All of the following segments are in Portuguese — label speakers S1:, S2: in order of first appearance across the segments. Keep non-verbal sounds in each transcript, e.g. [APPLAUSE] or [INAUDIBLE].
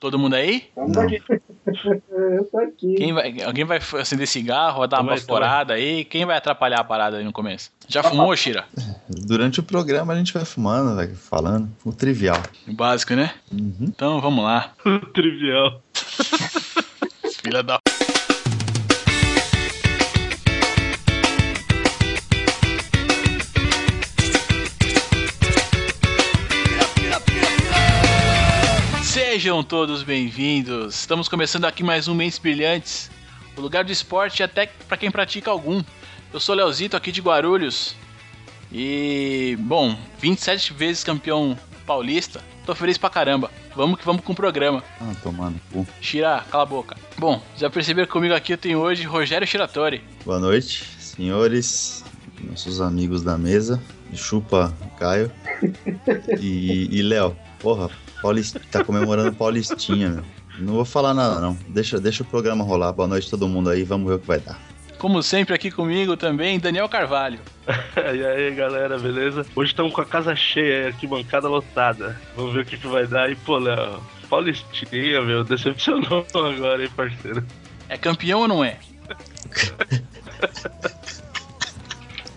S1: Todo mundo aí?
S2: Estamos aqui. Eu tô aqui.
S1: Quem vai, alguém vai f- acender cigarro, vai dar uma
S3: Vai, então.
S1: baforada aí? Quem vai atrapalhar a parada aí no começo? Já fumou, Shira?
S4: Durante o programa a gente vai fumando, vai falando. O trivial.
S1: O básico, né?
S4: Uhum.
S1: Então vamos lá.
S3: Trivial.
S1: [LAUGHS] Filha da. Sejam todos bem-vindos. Estamos começando aqui mais um Mentes Brilhantes, o lugar do esporte até para quem pratica algum. Eu sou o Leozito aqui de Guarulhos e, bom, 27 vezes campeão paulista. Tô feliz pra caramba. Vamos que vamos com o programa.
S4: Ah, tomando cu.
S1: Shira, cala a boca. Bom, já perceberam que comigo aqui eu tenho hoje Rogério Shiratori.
S4: Boa noite, senhores, nossos amigos da mesa. Chupa, Caio. E, e Léo, porra, Paulist... tá comemorando Paulistinha, meu. Não vou falar nada, não. Deixa, deixa o programa rolar. Boa noite todo mundo aí, vamos ver o que vai dar.
S1: Como sempre aqui comigo também, Daniel Carvalho.
S3: [LAUGHS] E aí, galera, beleza? Hoje estamos com a casa cheia aqui, bancada lotada. Vamos ver o que, que vai dar. E, pô, Léo, Paulistinha, meu, decepcionou [LAUGHS] agora, hein, parceiro?
S1: É campeão ou não é?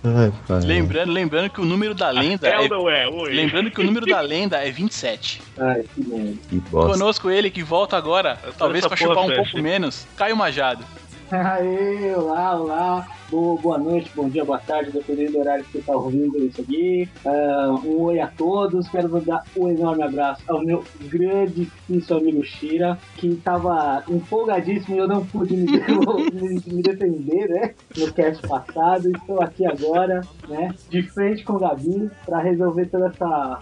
S4: Ai, pai.
S1: Lembrando, lembrando que o número da lenda
S3: é
S1: é,
S3: ou não é? Oi.
S1: lembrando que o número da lenda é 27.
S2: Ai, que merda.
S4: Que bosta.
S1: Conosco ele que volta agora,
S3: quero
S1: talvez
S3: essa
S1: pra chupar
S3: porra,
S1: um
S3: Fred.
S1: pouco menos, Caio Majado.
S2: Aê, olá, olá. Boa, boa noite, bom dia, boa tarde, dependendo do horário que você tá ouvindo isso aqui. Ah, um oi a todos. Quero mandar um enorme abraço ao meu grande isso amigo Shira, que tava empolgadíssimo e eu não pude me, me- [LAUGHS] me defender, né? No cast passado. Estou aqui agora, né? De frente com o Gabi pra resolver toda essa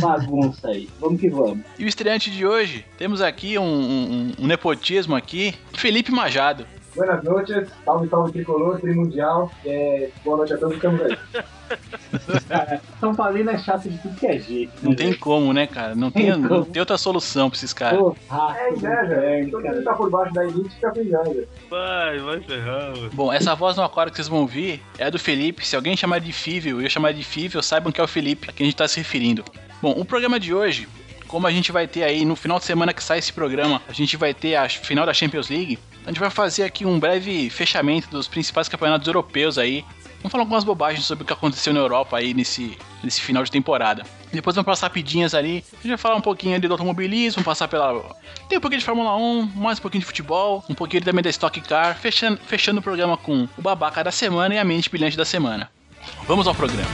S2: bagunça aí. Vamos que vamos.
S1: E o estreante de hoje, temos aqui um, um- um nepotismo aqui, Felipe Majado.
S5: Buenas noches, salve, salve tricolor, trimundial, é, boa noite a todos, estamos aí.
S2: São Paulino é chato de tudo que é jeito.
S1: Não
S2: né?
S1: tem como, né, cara? Não tem,
S2: Tem como.
S1: não tem outra solução pra esses caras.
S2: Pô, rato
S5: É
S2: do
S5: inveja, é,
S2: inferno,
S5: todo
S2: cara.
S5: mundo tá por baixo da elite fica com inveja.
S3: Vai, vai ferrar, mano.
S1: Bom, essa voz no aquário que vocês vão ouvir é a do Felipe. Se alguém chamar de Fível e eu chamar de Fível, saibam que é o Felipe a quem a gente está se referindo. Bom, o programa de hoje, como a gente vai ter aí no final de semana que sai esse programa, a gente vai ter a final da Champions League. A gente vai fazer aqui um breve fechamento dos principais campeonatos europeus aí. Vamos falar algumas bobagens sobre o que aconteceu na Europa aí nesse, nesse final de temporada. Depois vamos passar rapidinhas ali. A gente vai falar um pouquinho ali do automobilismo, passar pela. Tem um pouquinho de Fórmula 1, mais um pouquinho de futebol, um pouquinho também da Stock Car, fechando, fechando o programa com o babaca da semana e a mente brilhante da semana. Vamos ao programa.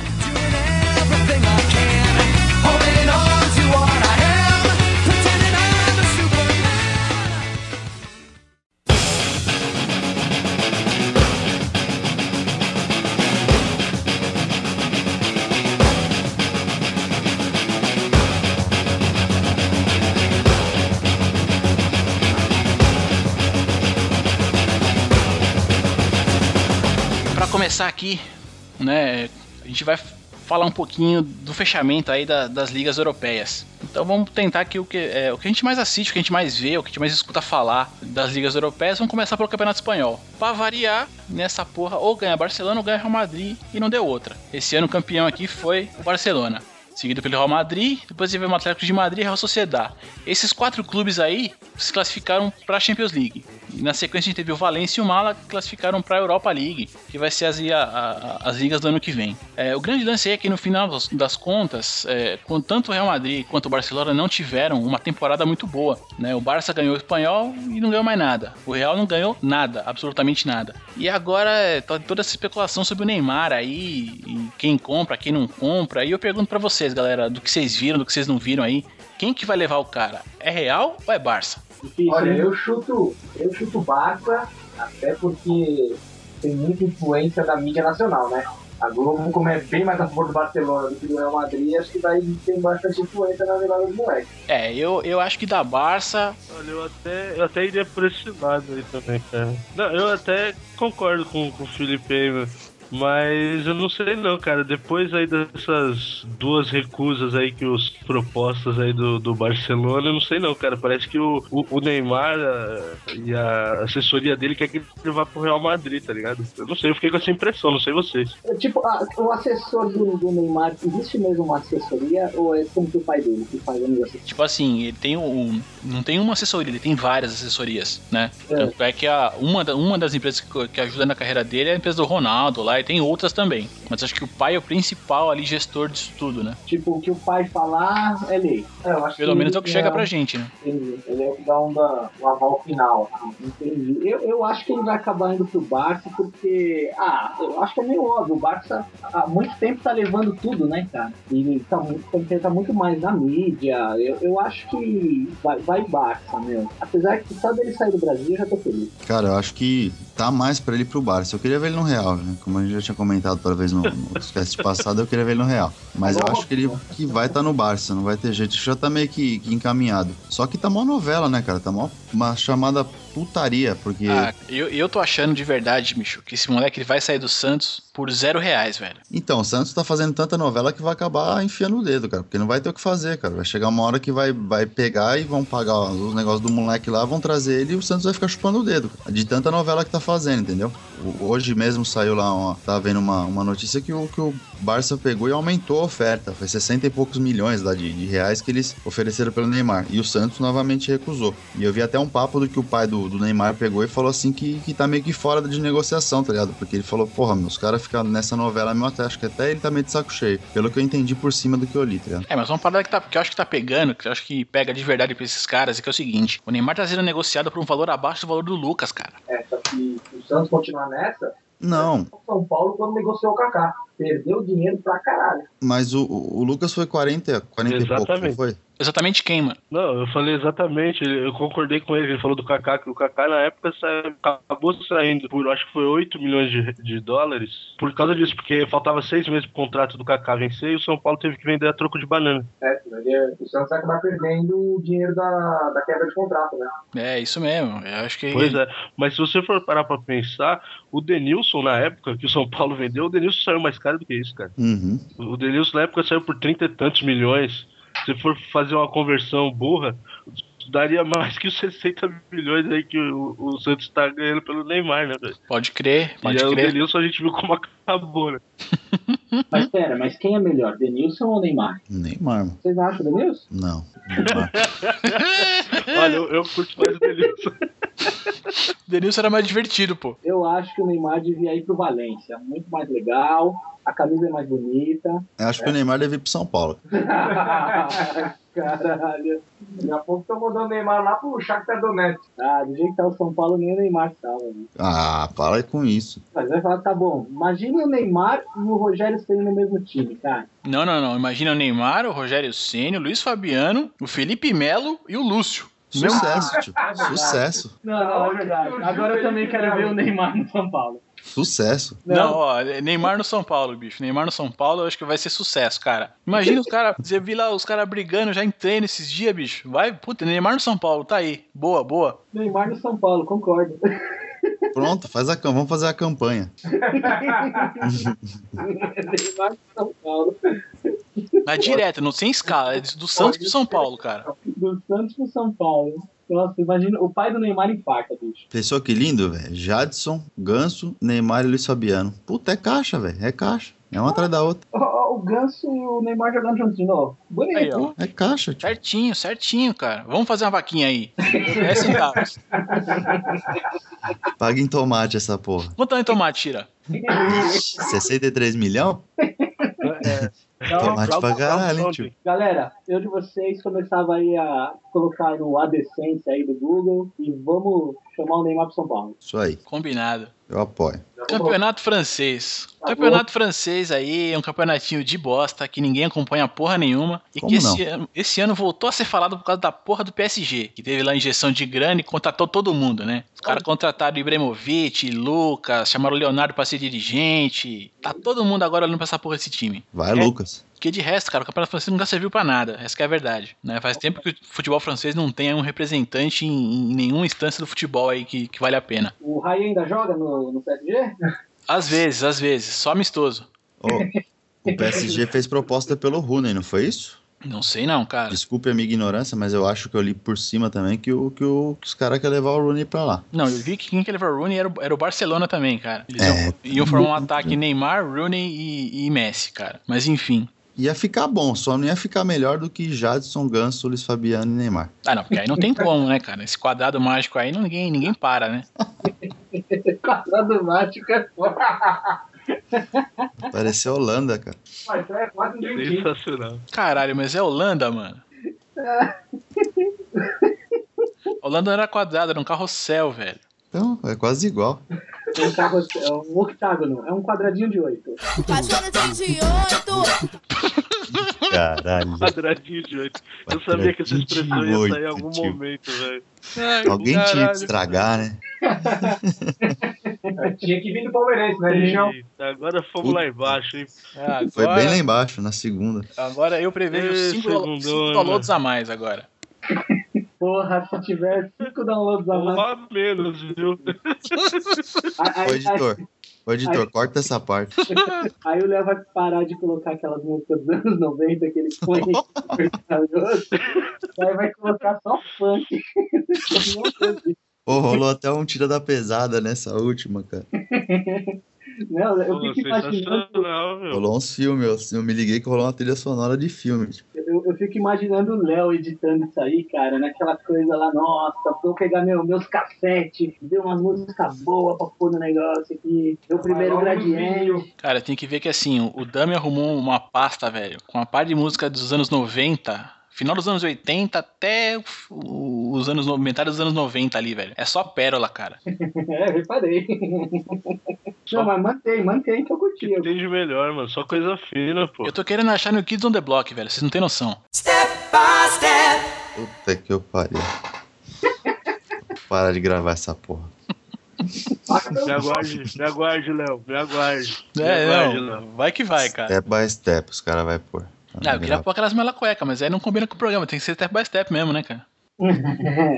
S1: Pra começar aqui, né, a gente vai falar um pouquinho do fechamento aí da- das ligas europeias. Então vamos tentar aqui o que, é, o que a gente mais assiste, o que a gente mais vê, o que a gente mais escuta falar das ligas europeias. Vamos começar pelo Campeonato Espanhol. Pra variar, nessa porra, ou ganha Barcelona ou ganha Real Madrid, e não deu outra. Esse ano o campeão aqui foi o Barcelona. Seguido pelo Real Madrid, depois teve o Atlético de Madrid e Real Sociedad. Esses quatro clubes aí se classificaram para a Champions League. E na sequência a gente teve o Valencia e o Mala que classificaram para a Europa League, que vai ser as, a- a- as ligas do ano que vem. É, o grande lance aí é que no final das- das contas, é, com tanto o Real Madrid quanto o Barcelona não tiveram uma temporada muito boa. né? O Barça ganhou o espanhol e não ganhou mais nada. O Real não ganhou nada, absolutamente nada. E agora é, tá toda essa especulação sobre o Neymar aí, e quem compra, quem não compra. E eu pergunto pra vocês, galera, do que vocês viram, do que vocês não viram aí, quem que vai levar o cara? É Real ou é Barça?
S2: Difícil,
S5: Olha,
S2: hein?
S5: eu chuto, eu chuto Barça, até porque tem muita influência da mídia nacional, né? A Globo, como é bem mais a favor do Barcelona do que do Real Madrid, acho que vai ter bastante influência na levada dos moleques.
S1: É, eu, eu acho que da Barça
S3: Olha, eu até, eu até iria por esse lado aí também, cara. Não, eu até concordo com, com o Felipe aí, meu. Mas eu não sei não, cara. Depois aí dessas duas recusas aí que os propostas aí do, do Barcelona, eu não sei não, cara. Parece que o, o, o Neymar a- e a assessoria dele quer que ele vá pro Real Madrid, tá ligado? Eu não sei, eu fiquei com essa impressão, não sei vocês.
S2: É Tipo, a- o assessor do, do Neymar, existe mesmo uma assessoria ou é como que o pai dele, que faz o negócio?
S1: Tipo assim, ele tem um, não tem uma assessoria, ele tem várias assessorias, né?
S2: É.
S1: Tanto é que a, uma, da- uma das empresas que, co- que ajuda na carreira dele é a empresa do Ronaldo lá, e tem outras também. Mas acho que o pai é o principal ali gestor disso tudo, né?
S2: Tipo, o que o pai falar é lei.
S5: É, eu acho
S1: Pelo menos é o que chega
S5: é,
S1: pra gente, né?
S2: Entendi.
S5: Ele é o que dá um, da, um aval final.
S2: tá? Entendi. Eu, eu acho que ele vai acabar indo pro Barça porque. Ah, eu acho que é meio óbvio. O Barça há muito tempo tá levando tudo, né, cara? E tá muito, tá muito mais na mídia. Eu, eu acho que vai, vai Barça, meu. Apesar que só dele sair do Brasil eu já tô feliz.
S4: Cara, eu acho que tá mais pra ele pro Barça. Eu queria ver ele no Real, né? Como a gente já tinha comentado outra vez no, no podcast passado, eu queria ver ele no Real. Mas eu acho que ele que vai estar tá no Barça, não vai ter jeito. Isso Já tá meio que, que encaminhado. Só que tá mó novela, né, cara? Tá mó uma chamada putaria, porque.
S1: Ah, eu, eu tô achando de verdade, Micho, que esse moleque ele vai sair do Santos por zero reais, velho.
S4: Então, o Santos tá fazendo tanta novela que vai acabar enfiando o dedo, cara. Porque não vai ter o que fazer, cara. Vai chegar uma hora que vai, vai pegar e vão pagar os negócios do moleque lá, vão trazer ele e o Santos vai ficar chupando o dedo, cara. De tanta novela que tá fazendo, entendeu? O- Hoje mesmo saiu lá, uma, tava vendo uma, uma notícia que o, que o Barça pegou e aumentou a oferta. Foi 60 e poucos milhões lá de, de reais que eles ofereceram pelo Neymar. E o Santos novamente recusou. E eu vi até um papo do que o pai do, do Neymar pegou e falou assim que, que tá meio que fora de negociação, tá ligado? Porque ele falou, porra, meus caras ficam nessa novela meu até acho que até ele tá meio de saco cheio. Pelo que eu entendi por cima do que eu li, tá ligado?
S1: É, mas uma parada que, tá, que eu acho que tá pegando, que eu acho que pega de verdade pra esses caras, é que é o seguinte: o Neymar tá sendo negociado por um valor abaixo do valor do Lucas, cara.
S5: É, só que se o Santos continuar nessa,
S4: Não,
S5: o São Paulo quando negociou o Kaká. Perdeu dinheiro pra caralho.
S4: mas o, o o Lucas foi 40, 40 e pouco, não
S3: Exatamente.
S4: foi?
S1: Exatamente quem, mano?
S3: Não, eu falei exatamente, ele- eu concordei com ele, ele falou do Kaká, que o Kaká na época sa- acabou saindo por, acho que foi 8 milhões de, de dólares, por causa disso, porque faltava seis meses pro contrato do Kaká vencer e o São Paulo teve que vender a troco de banana.
S5: É, ele- o Santos vai acabar perdendo o dinheiro da, da quebra de contrato, né?
S1: É, isso mesmo. Eu acho que.
S3: Pois é, mas se você for parar pra pensar, o Denilson na época que o São Paulo vendeu, o Denilson saiu mais caro do que isso, cara.
S4: Uhum.
S3: O Denilson na época saiu por 30 e tantos milhões, se for fazer uma conversão burra... Daria mais que os 60 milhões aí que o, o Santos tá ganhando pelo Neymar, né, velho?
S1: Pode crer, pode
S3: e aí o
S1: crer.
S3: Denilson a gente viu como acabou, né?
S2: Mas pera, mas quem é melhor, Denilson ou Neymar?
S4: Neymar, mano.
S2: Vocês acham Denilson?
S4: Não. Neymar.
S3: Olha, eu, eu curto mais o Denilson.
S1: Denilson era mais divertido, pô.
S2: Eu acho que o Neymar devia ir pro Valência. Muito mais legal, a camisa é mais bonita.
S5: [LAUGHS]
S4: Eu acho que o Neymar deve ir pro São Paulo.
S2: Caralho. é
S5: Daqui a pouco estão mandando então o Neymar lá pro Shakhtar Donetsk.
S2: Ah, do jeito que tá o São Paulo, nem o Neymar salva. né?
S4: Ah, para com isso.
S2: Mas vai falar, tá bom. Imagina o Neymar e o Rogério Ceni no mesmo time, tá? cara.
S1: Não, não, não. Imagina o Neymar, o Rogério Ceni, o Luiz Fabiano, o Felipe Melo e o Lúcio.
S4: Sucesso, tio. Sucesso.
S2: Não,
S5: não, é verdade. Agora eu também quero ver o
S2: Neymar no São Paulo.
S4: Sucesso.
S1: Não,
S2: Não.
S1: ó, Neymar no São Paulo, bicho. Neymar no São Paulo, eu acho que vai ser sucesso, cara. Imagina os caras, você viu lá os caras brigando já em treino esses dias, bicho. Vai, puta, Neymar no São Paulo, tá aí. Boa, boa.
S2: Neymar no São Paulo,
S5: [LAUGHS]
S2: concordo.
S4: Pronto, faz a, cam- vamos fazer a campanha.
S2: Neymar no São Paulo.
S1: Na direta, não sem escala, é do Santos pro São Paulo, cara.
S2: Do Santos pro São Paulo. Nossa, imagina. O pai do Neymar infarta, bicho.
S4: Pessoal, que lindo, velho. Jadson, Ganso, Neymar e Luiz Fabiano. Puta, é caixa, velho. É caixa. É uma atrás da outra.
S2: Ó, ó, o Ganso e o Neymar jogando juntos de novo. Bonito.
S1: Aí, ó.
S4: É caixa, tio.
S1: Certinho, certinho, cara. Vamos fazer uma vaquinha [LAUGHS] aí. 10 centavos.
S4: Paga em tomate essa porra.
S1: Quanto é em tomate, tira?
S4: 63 milhão? [LAUGHS] Tomate pra caralho, hein, né, tio.
S2: Galera, eu de vocês começava aí a colocar no AdSense aí do Google e vamos chamar o Neymar pro São Paulo.
S4: Isso aí.
S1: Combinado.
S4: Eu apoio.
S1: Campeonato francês.
S4: Tá
S1: Campeonato francês aí é um campeonatinho de bosta que ninguém acompanha porra nenhuma. E
S4: Como
S1: que
S4: não?
S1: esse ano, esse ano voltou a ser falado por causa da porra do PSG, que teve lá injeção de grana e contratou todo mundo, né? Os caras
S4: Tá.
S1: contrataram Ibrahimovic, Lucas, chamaram o Leonardo pra ser dirigente. Tá todo mundo agora olhando pra essa porra desse time.
S4: Vai, Lucas.
S1: Porque de resto, cara, o campeonato francês nunca serviu pra nada. Essa que é a verdade. Né? Faz tempo que o futebol francês não tem aí um representante em, em nenhuma instância do futebol aí que, que vale a pena.
S5: [LAUGHS]
S2: O Rai ainda joga no, no PSG?
S1: Às vezes, às vezes, só amistoso.
S4: Ó, o PSG fez proposta pelo Rooney, não foi isso?
S1: Não sei não, cara.
S4: Desculpe a minha ignorância, mas eu acho que eu li por cima também que, o, que, o, que os caras querem levar o Rooney pra lá.
S1: Não, eu vi que quem que levou o Rooney era, o- era o Barcelona também, cara. Eles
S4: É,
S1: iam, iam formar um ataque Neymar, Rooney e, e Messi, cara. Mas enfim.
S4: Ia ficar bom, só não ia ficar melhor do que Jadson, Ganso, Luiz Fabiano e Neymar.
S1: Ah, não, porque aí
S4: [LAUGHS]
S1: não tem como, né, cara? Esse quadrado mágico aí ninguém, ninguém para, né?
S2: Quadrado mágico é foda.
S4: Parecia Holanda, cara.
S5: Mas é quase um Dream Team.
S3: Sensacional.
S1: Caralho, mas é Holanda,
S4: [LAUGHS]
S1: mano. Holanda não era quadrado, era um carrossel, velho.
S4: Então, é quase igual.
S2: É um carro- É um octágono, é um quadradinho de oito.
S6: Cachorro tem Tá de oito.
S4: Caralho.
S3: Quadradinho de oito. Eu sabia que essa expressão
S4: Quadradinho de
S3: ia sair em
S4: oito,
S3: algum
S4: tio.
S3: momento, velho.
S4: [LAUGHS] Alguém tinha que estragar, né?
S5: Tinha que vir do Palmeirense, né, Lixão?
S3: Eita, agora fomos lá embaixo, hein?
S1: Ah, Agora,
S4: Foi bem lá embaixo, na segunda.
S1: agora eu
S3: Ê,
S1: prevejo 5
S3: segundona.
S1: downloads a mais agora.
S5: um-
S2: Porra, se tiver cinco downloads a
S3: Ou
S2: mais.
S3: lá menos, viu?
S2: a- a-
S4: Ô, editor. Ô, editor, corta essa parte.
S2: Aí o Léo vai parar de colocar aquelas músicas dos anos 90 que ele põe vergonhoso. Aí [LAUGHS] vai colocar só funk. [LAUGHS]
S4: Ô, rolou até um tira da pesada nessa última, cara.
S2: Não, eu
S3: Pô,
S2: fico né? imaginando,
S3: sensacional, meu.
S4: Rolou uns filmes, eu, eu me liguei que rolou uma trilha sonora de filme. tipo.
S2: eu, eu fico imaginando o Léo editando isso aí, cara, naquela coisa lá, nossa, vou pegar meu, meus cassetes, ver umas músicas boas pra pôr no negócio aqui, meu primeiro
S5: Vai logo no
S2: gradiente.
S5: vinil.
S1: Cara, tem que ver que assim, o Dami arrumou uma pasta, velho, com uma par de música dos anos 90, final dos anos 80 até o- o- os anos no- metade dos anos 90 ali, velho. É só pérola, cara.
S2: [LAUGHS] É, eu reparei. Não, mas mantém, mantém que eu curti.
S3: Que tem de melhor, mano. Só coisa fina, pô.
S1: Eu tô querendo achar no Kids on the Block, velho. Vocês não têm noção.
S4: Puta que eu pariu. Para de gravar essa porra.
S3: Me aguarde, me aguarde, Léo. Me aguarde. Me
S1: É,
S3: aguarde, Léo.
S1: não. Vai que vai, cara.
S4: Step by step, os caras vai pôr.
S1: Ah, eu queria pôr aquelas mela cueca, mas aí não combina com o programa, tem que ser step by step mesmo, né, cara?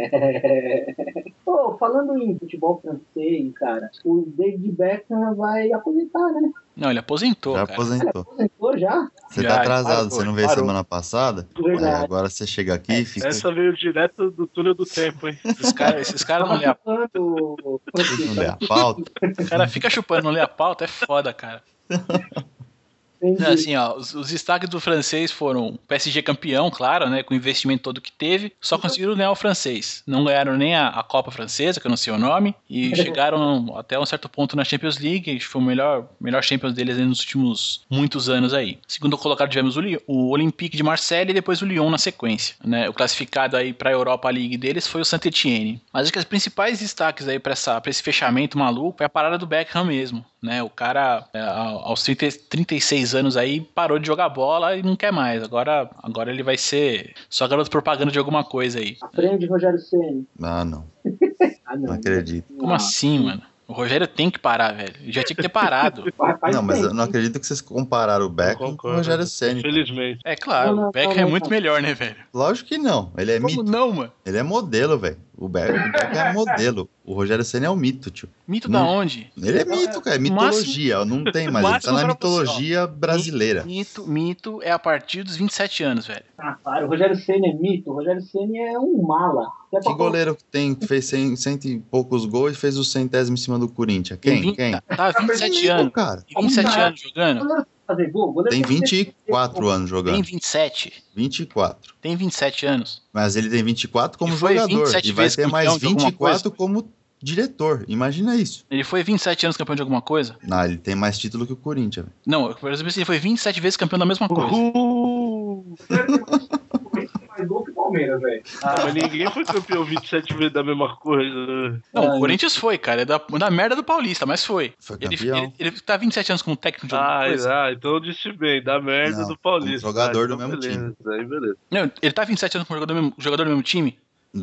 S2: [LAUGHS] Pô, falando em futebol francês, cara, o David Beckham vai aposentar, né?
S1: Não, ele aposentou,
S4: Já
S1: cara.
S4: aposentou.
S2: Aposentou já?
S4: Você
S1: Já,
S4: tá
S1: parou,
S4: atrasado, você não veio
S1: parou.
S4: semana passada?
S2: Verdade.
S4: Aí agora você chega aqui e fica
S3: Essa veio direto do túnel do tempo, hein?
S1: Esses caras esses cara não lê a,
S2: falando,
S4: não
S2: Tá Francisco,
S4: lê a pauta.
S1: o cara fica chupando, não lê a pauta, é foda, cara.
S2: entendi.
S1: Não, assim, ó, os, os destaques do francês foram PSG campeão, claro, né, com o investimento todo que teve, só conseguiram ganhar o francês. Não ganharam nem a, a Copa Francesa, que eu não sei o nome, e chegaram até um certo ponto na Champions League, que foi o melhor, melhor Champions deles aí nos últimos muitos anos aí. Segundo colocado tivemos o, Lyon- o Olympique de Marseille e depois o Lyon na sequência, né? O classificado aí para a Europa League deles foi o Saint-Etienne. Mas acho que os principais destaques aí para essa pra esse fechamento maluco é a parada do Beckham mesmo, né? O cara é, ao- aos 30, 36 anos aí parou de jogar bola e não quer mais. Agora, agora ele vai ser só garoto propaganda de alguma coisa aí.
S2: Aprende, Rogério Senna.
S4: Ah, não.
S2: Ah,
S4: Não
S2: não.
S4: acredito.
S1: Como assim, mano? O Rogério tem que parar, velho. Ele já tinha que ter [LAUGHS] parado.
S2: Faz- faz
S4: Não, mas
S2: tempo.
S4: eu não acredito que vocês compararam o Beckham com o
S3: concordo.
S4: Rogério Senna.
S3: Infelizmente.
S1: É claro,
S2: Não, não,
S1: o Beckham
S2: não,
S1: é
S2: não,
S1: muito
S2: não.
S1: melhor, né, velho?
S4: Lógico que não. Ele é
S1: Como
S4: mito.
S1: não, mano?
S4: Ele é modelo, velho. O Be- o
S1: [LAUGHS]
S4: Beckham é modelo. O Rogério Senna é um mito, tio.
S1: Mito
S4: Não.
S1: da onde?
S4: Ele é mito, cara. É
S1: Então, O máximo-
S4: mitologia. Não
S1: [LAUGHS]
S4: tem mais. Ele tá
S1: máximo
S4: na
S1: pra
S4: mitologia brasileira.
S1: Mito, mito é a partir dos 27 anos, velho.
S2: Ah, para, o Rogério Senna é mito, o Rogério Senna é um mala. Até
S1: Tá
S4: Que
S2: pra-
S4: goleiro que tem, que fez cem- cento e poucos gols e fez o centésimo em cima do Corinthians?
S1: Tem
S4: Quem?
S1: vinte-
S4: Quem?
S1: [LAUGHS] Tá há 27 anos.
S4: cara.
S1: Tem 27
S2: Caralho.
S1: anos jogando?
S2: Goleiro Fazer gol, goleiro
S4: Tem
S2: que
S4: 24 anos
S1: Tem
S4: jogando.
S1: 27.
S4: 24.
S1: Tem 27 anos.
S4: Mas ele tem 24 como
S1: E foi
S4: jogador.
S1: 27
S4: E vai
S1: vezes
S4: ter mais
S1: campeão de alguma
S4: 24 como diretor. Imagina isso.
S1: Ele foi 27 anos campeão de alguma coisa?
S4: Não, ele tem mais título que o Corinthians. velho.
S1: Não, eu percebi se ele foi 27 vezes campeão da mesma coisa.
S3: Uhul!
S5: Mais gol que o Palmeiras, velho.
S3: Ah, mas ninguém foi campeão 27 vezes da mesma coisa. né?
S1: Não,
S2: Ah,
S1: o Corinthians foi, cara. É da, da merda do Paulista, mas foi.
S4: Foi
S1: Ele,
S4: campeão.
S1: ele, ele tá 27 anos como técnico de alguma
S3: Ah,
S1: coisa.
S3: ah, então eu disse bem, da merda
S4: Não,
S3: do Paulista.
S4: um jogador do
S3: Ah, então
S4: mesmo
S3: beleza, Aí beleza.
S1: Não, ele tá 27 anos como jogador do mesmo, jogador do mesmo time?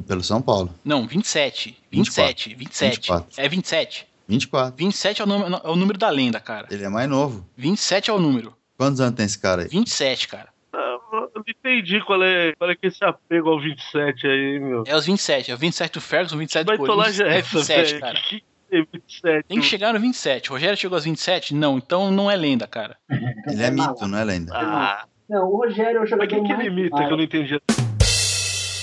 S4: Pelo São Paulo.
S1: Não, 27. 27. 27.
S4: 24.
S1: É 27.
S4: 24.
S1: 27 é o, nome- é o número da lenda, cara.
S4: Ele é mais novo.
S1: 27 é o número.
S4: Quantos anos tem esse cara aí?
S1: 27, cara.
S3: Ah, eu não entendi qual é, qual é que esse apego ao 27 aí, meu.
S1: É os 27. É o 27 do Ferguson, 27 do
S3: Mas
S1: Corinthians.
S3: tolagem é
S1: É
S3: essa,
S1: 27,
S3: velho?
S1: cara.
S3: Que é que ter 27.
S1: Tem que chegar no 27. Rogério chegou aos 27? Não, então não é lenda, cara.
S4: Ele é mito, não é lenda?
S3: Ah,
S2: Não, o Rogério é o
S3: mas
S2: jogador
S3: quem que
S2: mais.
S3: limita que eu não entendi?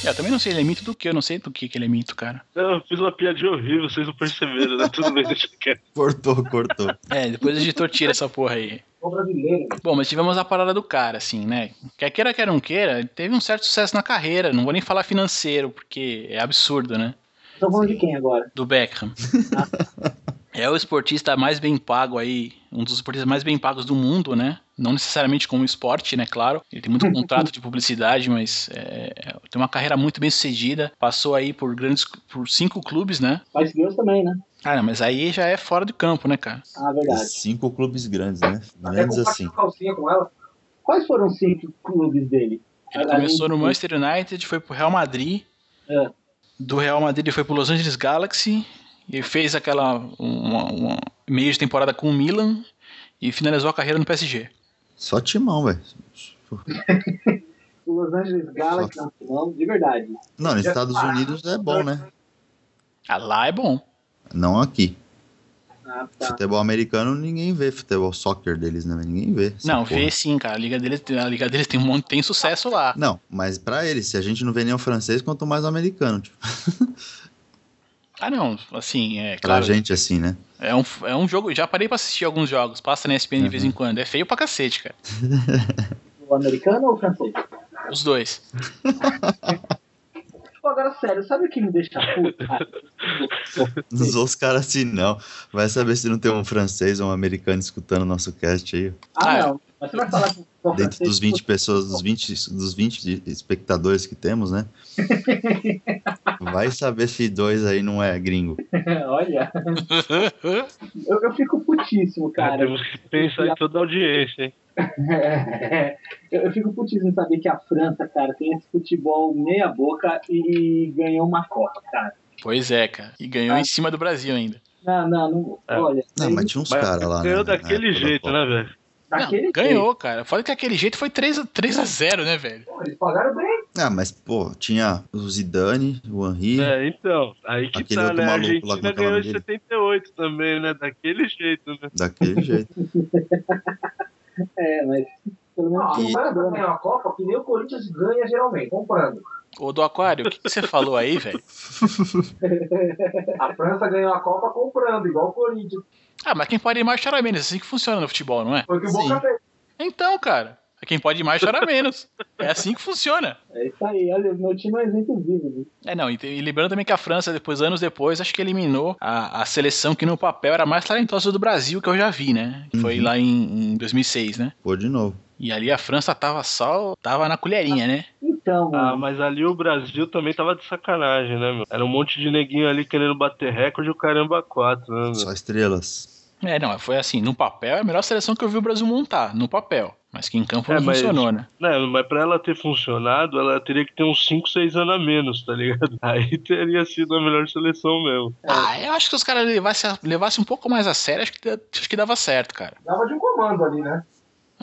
S1: Eu também não sei, ele é mito do que? Eu não sei do que, que ele é mito, cara.
S3: Não, eu fiz uma piadinha horrível, vocês não perceberam, né? Tudo bem, deixa quieto.
S4: Cortou, cortou.
S1: É, depois o editor tira essa porra aí.
S5: O brasileiro.
S1: Bom, mas tivemos a parada do cara, assim, né? Quer queira, quer não queira, ele teve um certo sucesso na carreira. Não vou nem falar financeiro, porque é absurdo, né?
S2: Tô falando de quem agora?
S1: Do Beckham. é o esportista mais bem pago aí, um dos esportistas mais bem pagos do mundo, né? Não necessariamente como esporte, né? Claro. Ele tem muito contrato de publicidade, mas é, é, tem uma carreira muito bem sucedida. Passou aí por grandes, por cinco clubes, né?
S2: Mas Deus também, né?
S1: Ah, não, mas aí já é fora do campo, né, cara?
S2: Ah, verdade.
S4: Cinco clubes grandes, né?
S5: Até
S4: Grandes assim.
S5: compartilhou calcinha com ela.
S2: Quais foram os cinco clubes dele?
S1: Ele
S2: Além
S1: começou no
S2: de-
S1: Manchester United, foi pro Real Madrid.
S2: É.
S1: Do Real Madrid ele foi pro Los Angeles Galaxy. E fez aquela uma, uma meio de temporada com o Milan. E finalizou a carreira no PSG.
S4: Só timão, velho.
S2: O Los Angeles Galaxy, não, não, de verdade.
S4: Não, nos Estados Unidos é bom, né?
S1: Ah, lá é bom.
S4: Não aqui.
S2: Ah, tá.
S4: Futebol americano, ninguém vê futebol soccer deles, né? Ninguém vê. essa
S1: não,
S4: porra.
S1: vê sim, cara. A liga deles, a liga deles tem, um monte, tem sucesso lá.
S4: Não, mas pra eles, se a gente não vê nem o francês, quanto mais o americano. Tipo,
S1: Ah, não. Assim, é
S4: pra
S1: claro.
S4: gente, assim, [LAUGHS] né?
S1: É um, é um jogo. Já parei pra assistir alguns jogos. Passa na ESPN de vez em
S4: Uhum.
S1: quando. É feio pra cacete, cara.
S2: O americano ou o francês?
S1: Os dois. [LAUGHS]
S2: Pô, agora sério, sabe o que me deixa
S4: [LAUGHS]
S2: puto, Ah, cara?
S4: Não usou os caras assim, não. Vai saber se não tem um francês ou um americano escutando o nosso cast aí.
S2: Ah,
S1: Ah,
S2: não. Mas você vai falar com
S5: Um
S2: o
S4: é. Dentro
S2: francês,
S4: dos 20 pessoas, dos 20, dos 20 espectadores que temos,
S5: [LAUGHS]
S4: né? Vai saber se dois aí não é gringo.
S2: [LAUGHS] Olha, eu, eu fico putíssimo,
S3: Cara,
S2: cara.
S3: temos que pensar em toda a audiência, hein?
S2: [LAUGHS] eu, eu fico putíssimo em saber que a França, cara, tem esse futebol meia boca e, ganhou uma Copa, cara.
S1: Pois é, cara. E ganhou em cima do Brasil ainda.
S2: Não, não, não.
S3: É.
S2: Olha,
S4: Não,
S2: aí-
S4: mas tinha uns
S3: Mas
S4: caras lá.
S3: ganhou
S4: né, na
S3: daquele
S4: época da
S3: jeito,
S4: Copa.
S3: né, velho?
S2: daquele
S1: Não, ganhou, cara. Fora que aquele jeito foi 3 a, 3 a 0 né, velho?
S5: Pô, eles pagaram bem.
S4: Ah, mas, pô, tinha o Zidane, o Henry.
S3: É, então, aí que
S4: Aquele
S3: tá,
S4: outro
S3: né? A
S4: maluco lá, como é que é
S3: Argentina
S4: o
S3: ganhou
S4: nome
S3: em
S4: dele?
S3: 78 também, né? Daquele jeito, né? [LAUGHS]
S4: Daquele jeito.
S2: É, mas pelo menos né?
S5: Não,
S4: E-
S5: a Copa pra ganhar uma Copa que nem o Corinthians ganha geralmente, comprando.
S1: Ô, do Aquário, o que, que você falou aí, velho?
S5: A França ganhou a Copa comprando, igual o Corinthians.
S1: Ah, mas quem pode ir mais chora menos. Assim que funciona no futebol, não é?
S5: Foi o que o
S4: Sim.
S5: Boca fez.
S1: Então, cara. Quem pode ir mais chora menos. É assim que funciona.
S2: é isso aí. Olha, meu time é um exemplo vivo.
S1: É, não. E, te- e lembrando também que a França, depois, anos depois, acho que eliminou a, a seleção que no papel era a mais talentosa do Brasil que eu já vi, né? Que Foi
S4: Uhum.
S1: lá em, em 2006, né?
S4: Pô, de novo.
S1: E ali a França tava só. tava na colherinha, né?
S2: Então,
S3: Ah,
S2: mano,
S3: mas ali o Brasil também tava de sacanagem, né, meu? Era um monte de neguinho ali querendo bater recorde o caramba 4, né, meu?
S4: Só estrelas.
S1: É, não. Foi assim. No papel é a melhor seleção que eu vi o Brasil montar. No papel. Mas que em campo
S3: É,
S1: não
S3: mas-
S1: funcionou, né?
S3: Né, mas pra ela ter funcionado, ela teria que ter uns 5, 6 anos a menos, tá ligado? [LAUGHS] Aí teria sido a melhor seleção mesmo.
S1: Ah, eu acho que os caras levassem levasse um pouco mais a sério, acho que, da- acho que dava certo, cara.
S5: Dava de um comando ali, né?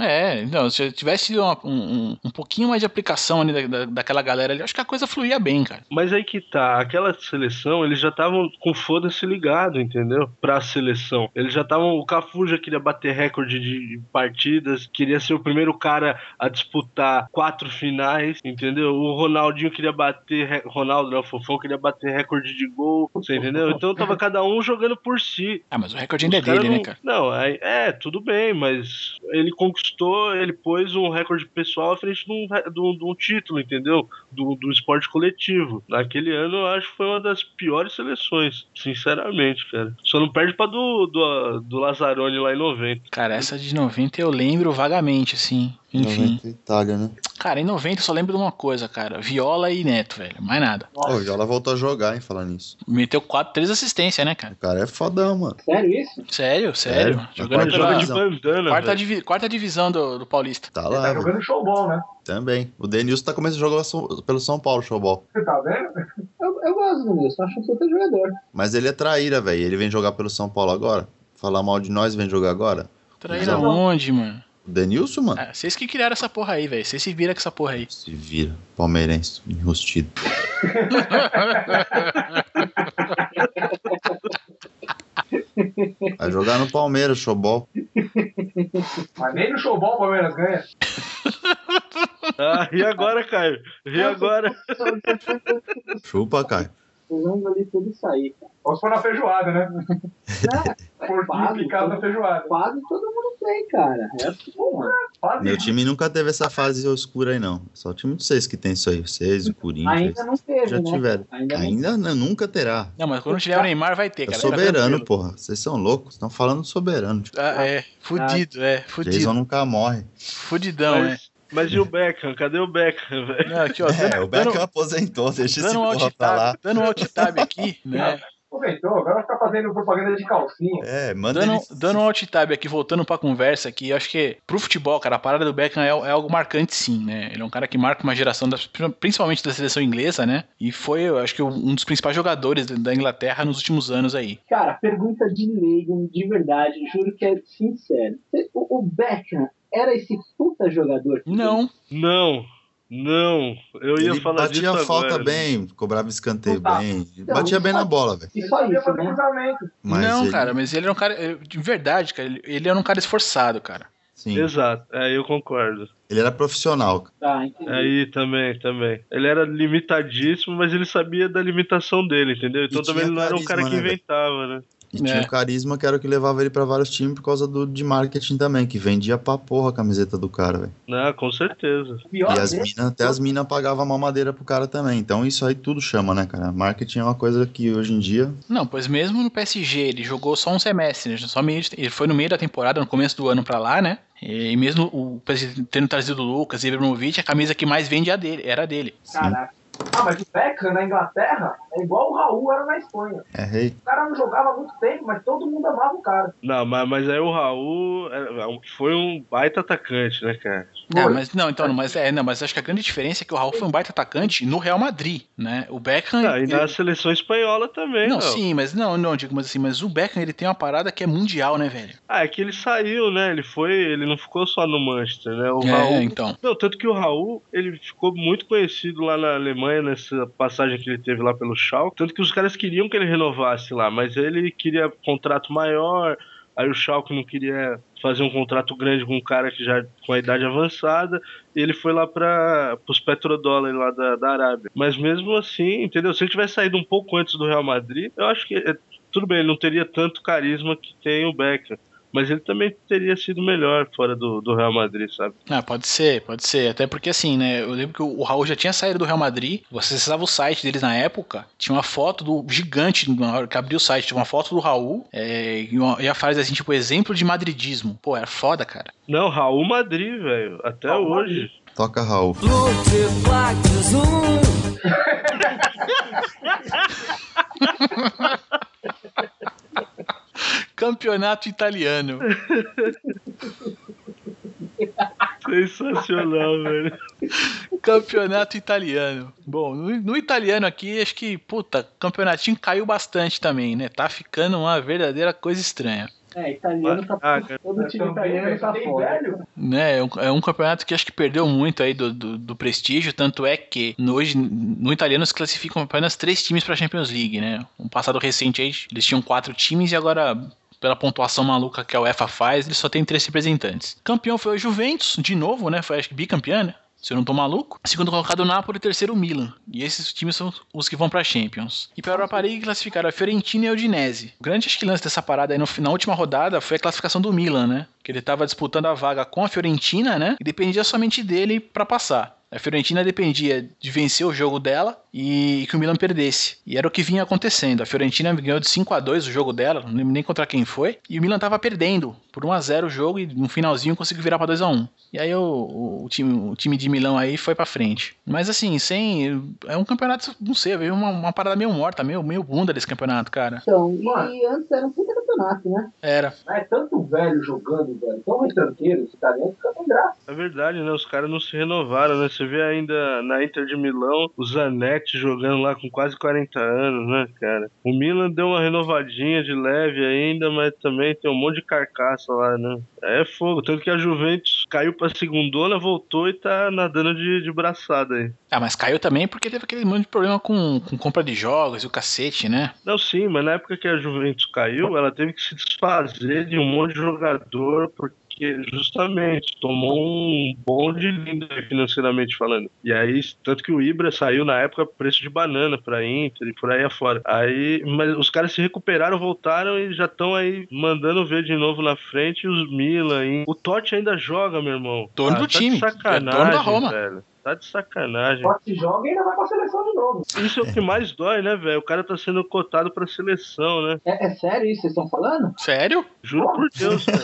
S1: É, não, se eu tivesse uma- um, um, um pouquinho mais de aplicação ali da, da- daquela galera ali, acho que a coisa fluía bem, cara.
S3: Mas aí que tá, aquela seleção, eles já estavam com foda-se ligado, entendeu? Pra seleção. Eles já estavam. O Cafu já queria bater recorde de partidas, queria ser o primeiro cara a disputar quatro finais, entendeu? O Ronaldinho queria bater. re- Ronaldo, não, o Fofão queria bater recorde de gol, você entendeu? Então tava cada um jogando por si.
S1: Ah, mas o recorde ainda é
S3: Os cara
S1: dele,
S3: não,
S1: né, cara?
S3: Não, aí- é, tudo bem, mas ele conquistou, ele pôs um recorde pessoal à frente de um, re- de um- de um título, entendeu? Do, do esporte coletivo. Naquele ano, eu acho que foi uma das piores seleções, sinceramente, cara. Só não perde pra do, do, do Lazzaroni lá em 90.
S1: Cara, essa de 90 eu lembro vagamente, assim. Enfim.
S4: 90 Itália, né?
S1: Cara, em 90 eu só lembro de uma coisa, cara. Viola e Neto, velho. Mais nada.
S4: Pô, o Viola voltou a jogar, hein, falar nisso.
S1: Meteu quatro, três assistências, né,
S4: O
S1: cara?
S4: cara é fodão, mano.
S2: sério isso?
S1: Sério, sério.
S4: Sério?
S1: Jogando
S4: Mas
S3: Ele joga
S1: pela
S3: de
S4: divisão.
S3: bandana,
S1: quarta,
S3: velho.
S1: divi- quarta divisão do, do Paulista.
S4: Tá
S5: Ele tá
S4: lá, velho.
S5: jogando showball, né?
S4: Também. O Denilson tá começando a jogar so- pelo São Paulo, showball.
S5: Você tá vendo?
S2: Eu, eu gosto do Nilson, acho um super jogador.
S4: Mas ele é traíra, velho. Ele vem jogar pelo São Paulo agora. Falar mal de nós, vem jogar agora.
S1: Traíra
S4: Divisão.
S1: onde, mano?
S4: O Denilson, mano.
S1: Ah, vocês que criaram essa porra aí, velho. Vocês se viram com essa porra aí.
S4: Se vira. Palmeirense, enrustido. Vai jogar no Palmeiras, showball.
S5: Mas nem no showball o Palmeiras ganha.
S3: Ah, e agora, Caio? E agora?
S4: Chupa, Caio.
S2: Vamos ali tudo isso aí, cara.
S5: Ou se for na
S2: [LAUGHS]
S5: feijoada, né? Porquinho
S2: Pago,
S5: picado na
S2: todo-
S5: feijoada.
S2: pago todo mundo tem, cara. É assim, mano.
S5: Faz
S4: Meu
S5: isso.
S4: time nunca teve essa fase oscura aí, não. Só o time de vocês que tem isso aí. Vocês, o Corinthians.
S2: Ainda não teve,
S4: Já
S2: né?
S4: tiveram.
S2: Ainda não
S4: Ainda não- nunca terá.
S1: Não, mas quando tiver o Neymar vai ter,
S4: É
S1: cara. Tá
S4: soberano,
S1: Fica
S4: porra. Vocês são loucos. Estão falando soberano. Tipo,
S1: tranquilo. Ah, é, fudido, é, fudido.
S4: Jason nunca morre.
S1: Fudidão, é.
S3: Mas, mas e o Beckham? Cadê o Beckham, velho?
S1: Não,
S4: [LAUGHS]
S1: aqui, ó,
S4: É,
S1: dando,
S4: o Beckham
S1: dando,
S4: aposentou. Deixa esse
S1: dando um
S4: porra
S1: alt
S4: pra lá.
S1: tab, dando um alt tab aqui, né?
S5: Aproveitou, agora vai ficar fazendo propaganda de calcinha.
S4: É, manda
S1: Dando,
S4: ele...
S1: dando um alt tab aqui, voltando pra conversa aqui, eu acho que pro futebol, cara, a parada do Beckham é, é algo marcante sim, né? Ele é um cara que marca uma geração, da- principalmente da seleção inglesa, né? E foi, eu acho que, um dos principais jogadores da Inglaterra nos últimos anos aí.
S2: Cara, pergunta de leigo, de verdade, juro que é sincero. O, o Beckham era esse puta jogador? que
S1: Não,
S3: Não, não. Eu ia
S4: ele
S3: falar disso
S4: batia
S3: agora. né?
S4: a falta
S1: né?
S4: bem, cobrava escanteio
S2: Não tá.
S4: bem. Ele
S2: Não,
S4: batia
S2: não
S4: bem
S2: tá.
S4: na bola, velho.
S2: E
S5: Ele
S2: só
S5: sabia
S2: isso,
S5: fazer
S2: né?
S5: cruzamento.
S4: Mas
S1: não,
S4: ele-
S1: cara, mas ele era um cara. eh, De verdade, cara, ele- ele era um cara esforçado, cara.
S4: Sim,
S3: Exato, é, eu concordo.
S4: ele era profissional. cara.
S2: Tá, entendi.
S3: Aí também, também. Ele era limitadíssimo, mas ele sabia da limitação dele, entendeu? Então
S4: E
S3: também
S4: tinha
S3: ele não era um cara
S4: carisma,
S3: que
S4: né, velho?
S3: inventava, né?
S4: E
S1: É.
S4: tinha o carisma que era o que levava ele pra vários times por causa do, de marketing também, que vendia pra porra a camiseta do cara, velho.
S3: Não, com certeza.
S2: O pior
S4: E as
S2: dele-
S4: minas, até as minas pagavam mal madeira pro cara também. Então isso aí tudo chama, né, cara? Marketing é uma coisa que hoje em dia.
S1: Não, pois mesmo no PSG ele jogou só um semestre, né? Só meio de- ele foi no meio da temporada, no começo do ano pra lá, né? E mesmo o PSG tendo trazido o Lucas e Ibrahimovic, a camisa que mais vende é a dele, era a dele.
S4: sim,
S5: Caraca. Ah, mas o Beckham na Inglaterra é igual o Raul era na Espanha.
S4: é rei.
S5: O cara não jogava há muito tempo, mas todo mundo amava o cara.
S3: Não, mas, mas aí o Raul é, foi um baita atacante, né, cara?
S1: Ah, mas não, então, não, mas é, não, mas acho que a grande diferença é que o Raul foi um baita atacante no Real Madrid, né? O Beckham
S3: Ah, e
S1: ele-
S3: na seleção espanhola também,
S1: Não,
S3: não.
S1: sim, mas não, não, digo, mas assim, mas o Beckham ele tem uma parada que é mundial, né, velho?
S3: Ah, é que ele saiu, né? Ele foi, ele não ficou só no Manchester, né? O
S1: é,
S3: Raul
S1: então.
S3: Não, tanto que o Raul, ele ficou muito conhecido lá na Alemanha, nessa passagem que ele teve lá pelo Schalke. Tanto que os caras queriam que ele renovasse lá, mas ele queria contrato maior, aí o Schalke não queria fazer um contrato grande com um cara que já com a idade avançada, e ele foi lá para os petrodólares lá da, da Arábia. Mas mesmo assim, entendeu? Se ele tivesse saído um pouco antes do Real Madrid, eu acho que, é, tudo bem, ele não teria tanto carisma que tem o Beckham. Mas ele também teria sido melhor fora do, do Real Madrid, sabe?
S1: Ah, pode ser, pode ser. Até porque assim, né? Eu lembro que o Raul já tinha saído do Real Madrid. Você acessava o site deles na época. Tinha uma foto do gigante na hora que abriu o site. Tinha uma foto do Raul. é, e, uma- e a frase assim, tipo, exemplo de madridismo. Pô, era foda, cara.
S3: Não, Raul Madrid, velho. Até
S5: Raul
S3: hoje.
S4: Toca Raul.
S1: Campeonato italiano.
S3: Sensacional, velho.
S1: Campeonato italiano. Bom, no, no italiano aqui, acho que, puta, campeonatinho caiu bastante também, né? Tá ficando uma verdadeira coisa estranha.
S2: É, italiano tá
S3: Ah, cara.
S2: Todo
S5: Mas
S2: time
S5: também,
S2: italiano
S5: velho,
S2: tá
S5: tem
S2: fora.
S5: velho?
S1: né? É um, é um campeonato que acho que perdeu muito aí do, do, do prestígio, tanto é que no- hoje no italiano se classificam apenas três times para Champions League, né? Um passado recente aí eles tinham quatro times e agora pela pontuação maluca que a UEFA faz, eles só tem três representantes. Campeão foi o Juventus, de novo, né? Foi acho que bicampeã, né? Se eu não tô maluco. Segundo colocado o Napoli, terceiro o Milan. E esses times são os que vão pra Champions. E pra Europa League classificaram a Fiorentina e a Udinese. O grande acho que lance dessa parada aí no, fi- na última rodada foi a classificação do Milan, né? Que ele tava disputando a vaga com a Fiorentina, né? E dependia somente dele pra passar. A Fiorentina dependia de vencer o jogo dela e que o Milan perdesse. E era o que vinha acontecendo. A Fiorentina ganhou de 5 a 2 o jogo dela, não lembro nem contra quem foi. E o Milan tava perdendo por 1 a 0 o jogo e no finalzinho conseguiu virar pra 2 a 1. E aí o, o- o time, o time de Milão aí foi pra frente. Mas assim, sem é um campeonato, não sei, veio uma, uma parada meio morta, meio meio bunda desse campeonato, cara.
S2: Então,
S5: Mano.
S2: e antes era um puta campeonato, né?
S1: Era.
S5: É tanto velho jogando, velho. Tão retranqueiro esse italiano, fica sem graça.
S3: É verdade, né? Os caras não se renovaram, né? Você vê ainda na Inter de Milão o Zanetti jogando lá com quase 40 anos, né, cara? O Milan deu uma renovadinha de leve ainda, mas também tem um monte de carcaça lá, né? É fogo. Tanto que a Juventus caiu pra segundona, voltou e tá nadando de, de braçada aí.
S1: Ah, mas caiu também porque teve aquele monte de problema com, com compra de jogos e o cacete, né?
S3: Não, sim, mas na época que a Juventus caiu, ela teve que se desfazer de um monte de jogador porque justamente tomou um bonde lindo financeiramente falando. E aí, tanto que o Ibra saiu na época preço de banana pra Inter e por aí afora. Aí, mas os caras se recuperaram, voltaram e já estão aí mandando ver de novo na frente os Milan. hein? O Totti ainda joga, meu irmão.
S1: Dono do
S3: tá de
S1: time. É dono da
S3: sacanagem,
S1: Roma.
S3: velho. Tá de sacanagem.
S5: Só que joga e ainda vai pra seleção de novo.
S3: Isso é o que mais dói, né, velho? O cara tá sendo cotado pra seleção, né?
S2: É, é sério isso? Vocês estão falando?
S1: Sério?
S3: Juro por Deus,
S4: [LAUGHS]
S3: velho.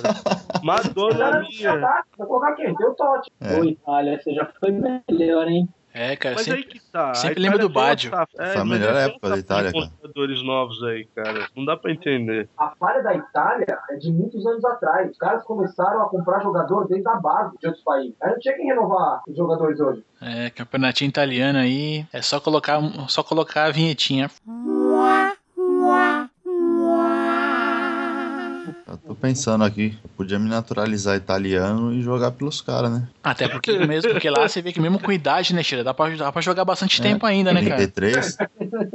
S3: Madonna é
S5: Cara, já
S3: minha.
S5: tá. Vou colocar quem? Deu Totti.
S4: É.
S2: Oi, olha, você já foi melhor, hein?
S1: É, cara.
S3: Mas
S1: sempre-
S3: aí que tá.
S1: sempre
S3: Aí,
S1: lembra
S3: cara,
S1: do
S3: tem uma
S1: Baggio.
S3: safra-
S4: Foi a
S3: mas
S4: melhor
S3: tem uma
S4: época da
S3: safra de
S4: Itália, cara.
S3: jogadores novos aí, cara. Não dá pra entender.
S5: A falha da Itália é de muitos anos atrás. Os caras começaram a comprar jogador desde a base de outros países. Aí não tinha quem renovar os jogadores hoje.
S1: É, campeonatinho italiano aí. É só colocar, só colocar a vinhetinha.
S4: Eu tô pensando aqui, eu podia me naturalizar italiano e jogar pelos caras, né?
S1: Até porque mesmo porque lá você vê que mesmo com idade, né, Sheila? Dá pra, dá pra jogar bastante
S4: É.
S1: tempo ainda, né, cara?
S4: 33,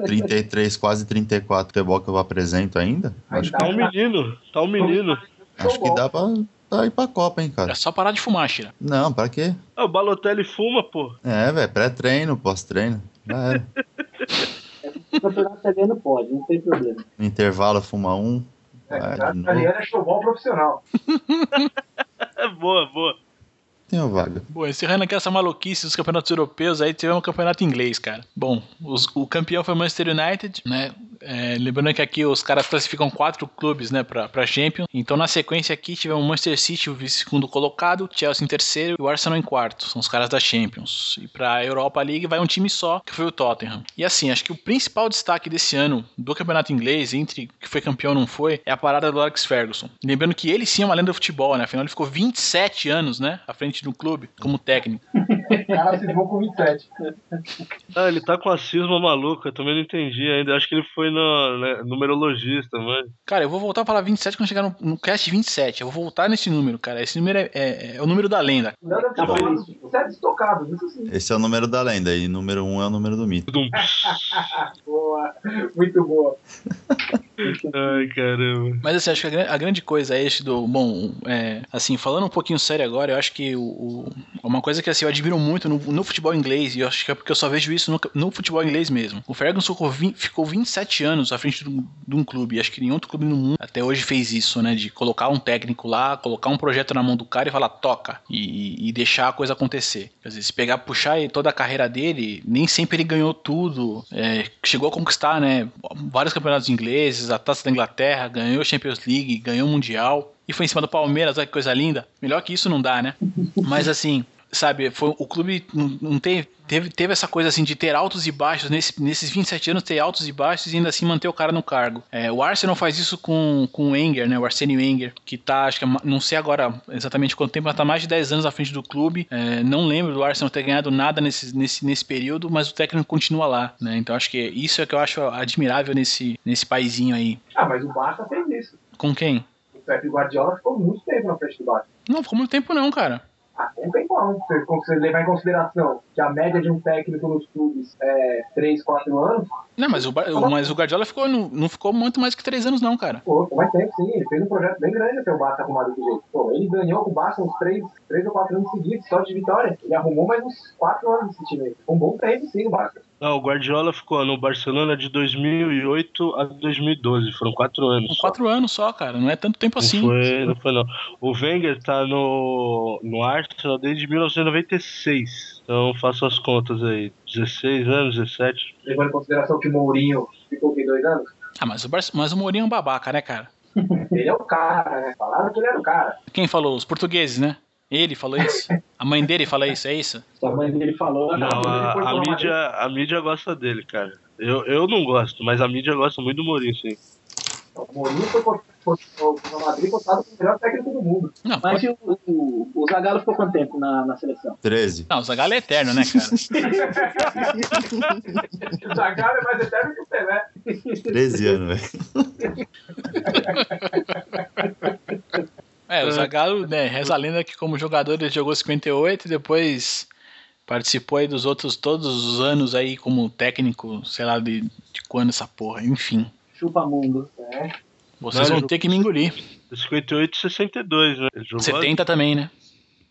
S4: 33, quase 34 futebol que eu apresento ainda.
S5: Aí
S4: Acho,
S5: tá,
S3: Tá um menino, tá um menino.
S4: acho que dá pra pra ir pra Copa, hein,
S1: É
S4: cara.
S1: só parar de fumar, Sheila.
S4: Não, pra quê?
S3: Ah, o Balotelli fuma, pô.
S4: É, velho, pré-treino, pós-treino. Já era.
S2: O campeonato italiano pode, não tem problema.
S4: No intervalo, fuma um.
S5: É,
S4: vai de
S5: a
S4: novo.
S5: italiana é showball profissional.
S3: É boa, boa.
S4: Tenho vaga.
S1: Bom, encerrando aqui essa maluquice dos campeonatos europeus, aí tivemos um campeonato inglês, cara. Bom, os- o campeão foi o Manchester United, né? É, lembrando que aqui os caras classificam quatro clubes, né, pra, pra Champions. Então, na sequência aqui, tivemos o Manchester City, o segundo colocado, o Chelsea em terceiro e o Arsenal em quarto. São os caras da Champions. E pra Europa League vai um time só, que foi o Tottenham. E assim, acho que o principal destaque desse ano do campeonato inglês, entre que foi campeão ou não foi, é a parada do Alex Ferguson. Lembrando que ele sim é uma lenda do futebol, né? Afinal, ele ficou 27 anos, né, à frente do clube, como técnico.
S5: O cara se vão com um 27.
S3: Ah, ele tá com a cisma maluca, eu também não entendi ainda. Acho que ele foi no, né, numerologista, mano.
S1: Cara, eu vou voltar a falar 27 quando chegar no, no cast 27. Eu vou voltar nesse número, cara. Esse número é, é- é o número da lenda.
S5: Não deve
S2: Tá
S5: ter
S2: bom.
S5: falado de 27 estocados, isso sim.
S4: Esse é o número da lenda e número um é o número do mito.
S3: Dum.
S5: Boa. Muito boa.
S3: Ai, caramba.
S1: Mas assim, acho que a, gran- a grande coisa é esse do. Bom, é, assim, falando um pouquinho sério agora, eu acho que o, o- uma coisa que assim, eu admiro muito no, no futebol inglês, e eu acho que é porque eu só vejo isso no, ca- no futebol inglês mesmo. O Ferguson ficou, vin- ficou 27 anos à frente de um, de um clube. e Acho que nenhum outro clube no mundo até hoje fez isso, né? De colocar um técnico lá, colocar um projeto na mão do cara e falar, toca. E, e deixar a coisa acontecer. Quer dizer, se pegar, puxar aí toda a carreira dele, nem sempre ele ganhou tudo. É, chegou a conquistar, né? Vários campeonatos ingleses, a taça da Inglaterra, ganhou a Champions League, ganhou o Mundial. E foi em cima do Palmeiras, olha que coisa linda. Melhor que isso não dá, né? Mas assim, sabe, foi, o clube não não teve, teve, teve essa coisa assim de ter altos e baixos, nesse, nesses 27 anos ter altos e baixos e ainda assim manter o cara no cargo. É, o Arsenal faz isso com, com o Wenger, né, o Arsene Wenger, que tá, acho que, é ma- não sei agora exatamente quanto tempo, mas tá mais de 10 anos à frente do clube. É, não lembro do Arsenal ter ganhado nada nesse, nesse, nesse período, mas o técnico continua lá, né, então acho que isso é que eu acho admirável nesse, nesse paizinho aí.
S5: Ah, mas o Barça fez isso.
S1: Com quem?
S5: O Pepe Guardiola ficou muito tempo na frente do Barça.
S1: Não, ficou muito tempo não, cara.
S5: Ah, não tem como. Se você levar em consideração que a média de um técnico nos clubes é 3, 4 anos,
S1: Não, mas o, Bar- o- mas o Guardiola ficou, não, não ficou muito mais que 3 anos não, cara.
S5: pô, ficou mais tempo, sim. Ele fez um projeto bem grande até o Barça arrumar desse jeito. Pô, ele ganhou com o Barça uns 3, três ou 4 anos seguidos, só de vitória. Ele arrumou mais uns 4 anos desse time. aí. Um bom tempo, sim, o Barça.
S3: Não, Ah, o Guardiola ficou no Barcelona de 2008 a 2012, foram quatro anos.
S1: São
S3: só.
S1: quatro anos só, cara. Não é tanto tempo
S3: Não
S1: assim.
S3: foi, não foi, não. O Wenger tá no, no Arsenal desde 1996. Então faço as contas aí. 16 anos, 17.
S5: Levando em consideração que o Mourinho ficou com 2 anos,
S1: Ah, mas o, Bar mas o Mourinho é um babaca, né, cara?
S5: ele é o cara, né? Falaram que ele era o cara.
S1: Quem falou? Os portugueses, né? Ele falou isso? A mãe dele fala isso, é isso?
S2: Se a mãe dele falou,
S3: Não, a, a mídia, a mídia gosta dele, cara. Eu, eu não gosto, mas a mídia gosta muito do Mourinho, sim.
S5: O Mourinho foi cot- cot- o Real Madrid cotado como o melhor técnico do mundo. [LAUGHS]
S1: Não,
S2: Mas
S1: pode...
S2: e o, o, o Zagallo ficou quanto tempo na, na seleção?
S4: 13.
S1: não o Zagallo é eterno, né, cara?
S5: O Zagallo é mais eterno que o Pelé.
S4: 13 anos, velho.
S3: [LAUGHS]
S1: É, o Zagallo, né, reza a lenda que como jogador ele jogou 58 e depois participou aí dos outros todos os anos aí como técnico, sei lá de, de quando essa porra, enfim.
S2: Chupa mundo.
S5: É.
S1: Vocês
S3: Não,
S1: vão
S3: eu-
S1: ter que me engolir.
S3: 58 e 62, né? Ele jogou-
S1: 70 também, né?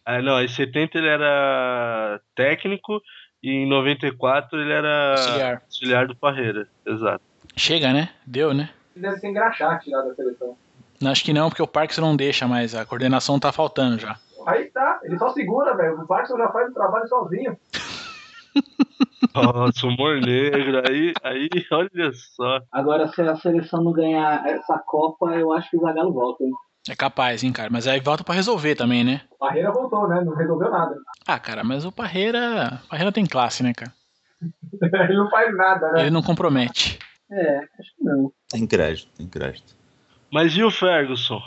S3: Ah, não, em 70 ele era técnico e em 94 ele era
S1: Auxiliar.
S3: auxiliar do Parreira. Exato. [LAUGHS]
S1: Chega, né? Deu, né?
S5: Ele deve se engraxar tirado da seleção.
S1: Não, acho que não, porque o Parks não deixa mais. A coordenação tá faltando já.
S5: Aí tá, ele só segura, velho. O Parkinson já faz o trabalho sozinho.
S3: Nossa, humor negro. Aí, aí, olha só.
S2: Agora, se a seleção não ganhar essa Copa, eu acho que o Zagallo volta, hein?
S1: É capaz, hein, cara. Mas aí volta pra resolver também, né?
S5: O Parreira voltou, né? Não resolveu nada. [LAUGHS]
S1: Ah, cara, mas o Parreira. Parreira tem classe, né, cara?
S5: ele não faz nada, né?
S1: Ele não compromete.
S2: É, acho que não.
S4: Tem crédito, tem crédito.
S3: Mas e o Ferguson?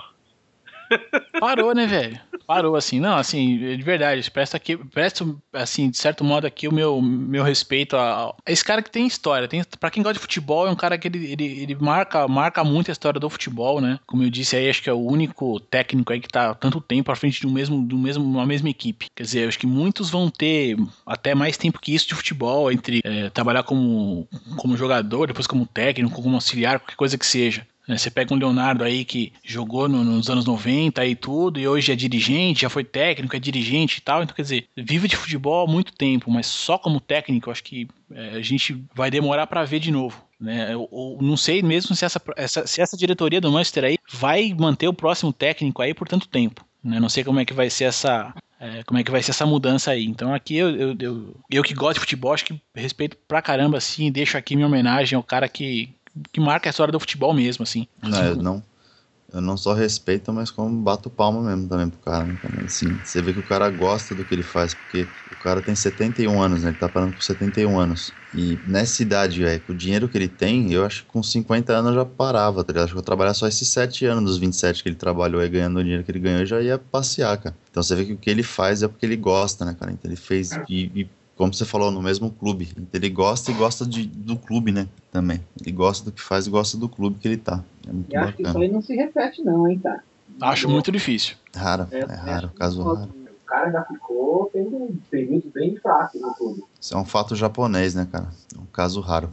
S1: Parou, né, velho? Parou, assim. Não, assim, de verdade, presta aqui, presto, assim, de certo modo aqui o meu, meu respeito a, a esse cara que tem história. Tem, pra quem gosta de futebol, é um cara que ele, ele, ele marca, marca muito a história do futebol, né? Como eu disse aí, acho que é o único técnico aí que tá há tanto tempo à frente de um mesmo, de um mesmo, uma mesma equipe. Quer dizer, eu acho que muitos vão ter até mais tempo que isso de futebol, entre é, trabalhar como, como jogador, depois como técnico, como auxiliar, qualquer coisa que seja. né? Você pega um Leonardo aí que jogou no- nos anos 90 e tudo, e hoje é dirigente, já foi técnico, é dirigente e tal. Então, quer dizer, vive de futebol há muito tempo, mas só como técnico, eu acho que é, a gente vai demorar para ver de novo. Né? Eu, eu não sei mesmo se essa, essa- se essa diretoria do Manchester aí vai manter o próximo técnico aí por tanto tempo. né? Não sei como é que vai ser essa, é, como é que vai ser essa mudança aí. Então aqui eu, eu, eu, eu que gosto de futebol, acho que respeito pra caramba, assim, e deixo aqui minha homenagem ao cara que, que marca a história do futebol mesmo, assim.
S4: Não, eu não, eu não só respeito, mas como bato palma mesmo também pro cara. Né? cara? Assim, você vê que o cara gosta do que ele faz, porque o cara tem 71 anos, né? Ele tá parando com 71 anos. E nessa idade, velho, com o dinheiro que ele tem, eu acho que com 50 anos eu já parava, tá ligado? Acho que eu trabalhar só esses 7 anos dos 27 que ele trabalhou aí, ganhando o dinheiro que ele ganhou, eu já ia passear, cara. Então você vê que o que ele faz é porque ele gosta, né, cara? Então ele fez. E, e como você falou, no mesmo clube. Então ele gosta e gosta de, do clube, né? Também. Ele gosta do que faz e gosta do clube que ele tá. É muito
S2: E acho que
S4: bacana.
S2: isso aí não se repete, não, hein, cara.
S1: Acho muito difícil.
S4: Raro, é,
S2: É,
S4: raro, caso
S2: Nossa,
S4: raro.
S5: O cara já ficou tendo um período bem fraco no clube.
S4: Isso é um fato japonês, né, cara? É um caso
S2: [LAUGHS]
S4: raro.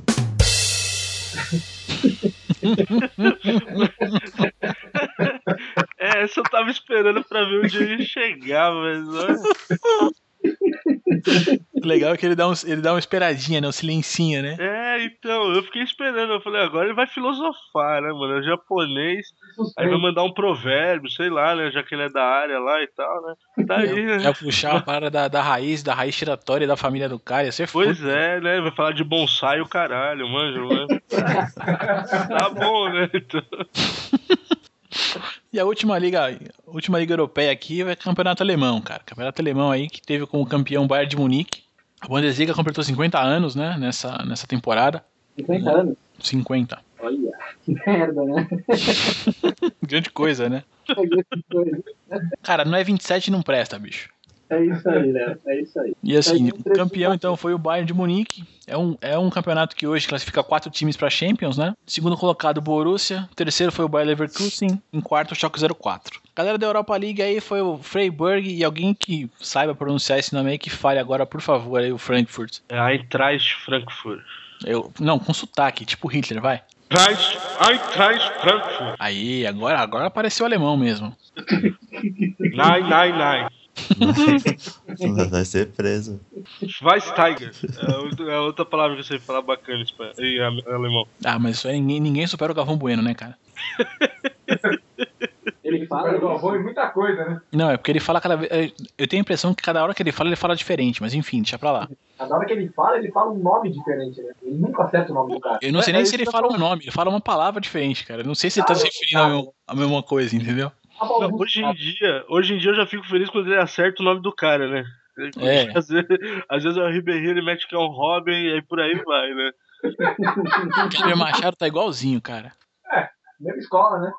S3: É, essa eu tava esperando pra ver o dia ele chegar, mas olha.
S1: O [LAUGHS] legal é que ele dá, um, ele dá uma esperadinha, né? Um silencinho, né?
S3: É, então, eu fiquei esperando. Eu falei, agora ele vai filosofar, né, mano? É japonês. Aí vai
S5: Suspeito.
S3: mandar um provérbio, sei lá, né? Já que ele é da área lá e tal, né? Daí, né?
S1: É puxar a parada da, da raiz, da raiz giratória da família do cara, ia ser
S3: Pois
S1: foda.
S3: é, né? Vai falar de bonsai o caralho, manjo,
S1: [LAUGHS]
S3: né? Tá bom, né? Então,
S1: E a última liga, a última liga europeia aqui é campeonato alemão, cara. Campeonato alemão aí que teve como campeão o Bayern de Munique. A Bundesliga completou 50 anos, né? Nessa, nessa temporada.
S5: Uhum.
S2: 50 anos.
S1: 50.
S2: Olha, que merda, né? [LAUGHS] É
S1: Grande coisa, né? Cara, não é 27 não presta, bicho.
S2: É isso aí, né? É isso aí.
S1: E assim,
S2: Aí,
S1: o campeão então foi o Bayern de Munique. É um, é um campeonato que hoje classifica quatro times pra Champions, né? Segundo colocado, o Borussia. Terceiro foi o Bayer Leverkusen. Em quarto, o Schalke 04. A galera da Europa League aí foi o Freiburg e alguém que saiba pronunciar esse nome aí que fale agora, por favor, aí o Frankfurt.
S3: é Eintracht Frankfurt.
S1: Eu, não, com sotaque, tipo Hitler, vai.
S3: Eintracht Eintracht Frankfurt.
S1: Aí, agora, agora apareceu o alemão mesmo.
S3: Nein, nein, nein.
S4: Vai ser preso.
S3: Schweinsteiger. É outra- É outra palavra que eu sei falar bacana em espan- em ale- alemão.
S1: Ah, mas isso aí ninguém, ninguém supera o Galvão Bueno, né, cara?
S2: Ele fala.
S5: Mas o Galvão e muita coisa, né?
S1: Não, é porque ele fala cada vez. é, Eu tenho a impressão que cada hora que ele fala, ele fala diferente, mas enfim, deixa pra lá.
S5: Cada hora que ele fala, ele fala um nome diferente, né? Ele nunca acerta o nome do cara.
S1: Eu não sei
S3: É,
S1: nem
S3: é
S1: se
S3: isso
S1: ele
S3: que eu
S1: fala um nome, ele fala uma palavra diferente, cara. Eu não sei se ele tá
S5: Ah,
S1: se
S5: eu-
S1: referindo a meu- a mesma coisa, entendeu?
S5: Fala
S3: Não,
S5: alguns
S3: hoje em
S5: caras.
S3: dia, hoje em dia eu já fico feliz quando ele acerta o nome do cara, né?
S1: É.
S3: [LAUGHS] Às vezes, às vezes é o Ribeirinho, ele mete que é um Robin e aí por aí vai, né?
S1: O Kleber Machado tá igualzinho, cara.
S5: Mesma escola, né?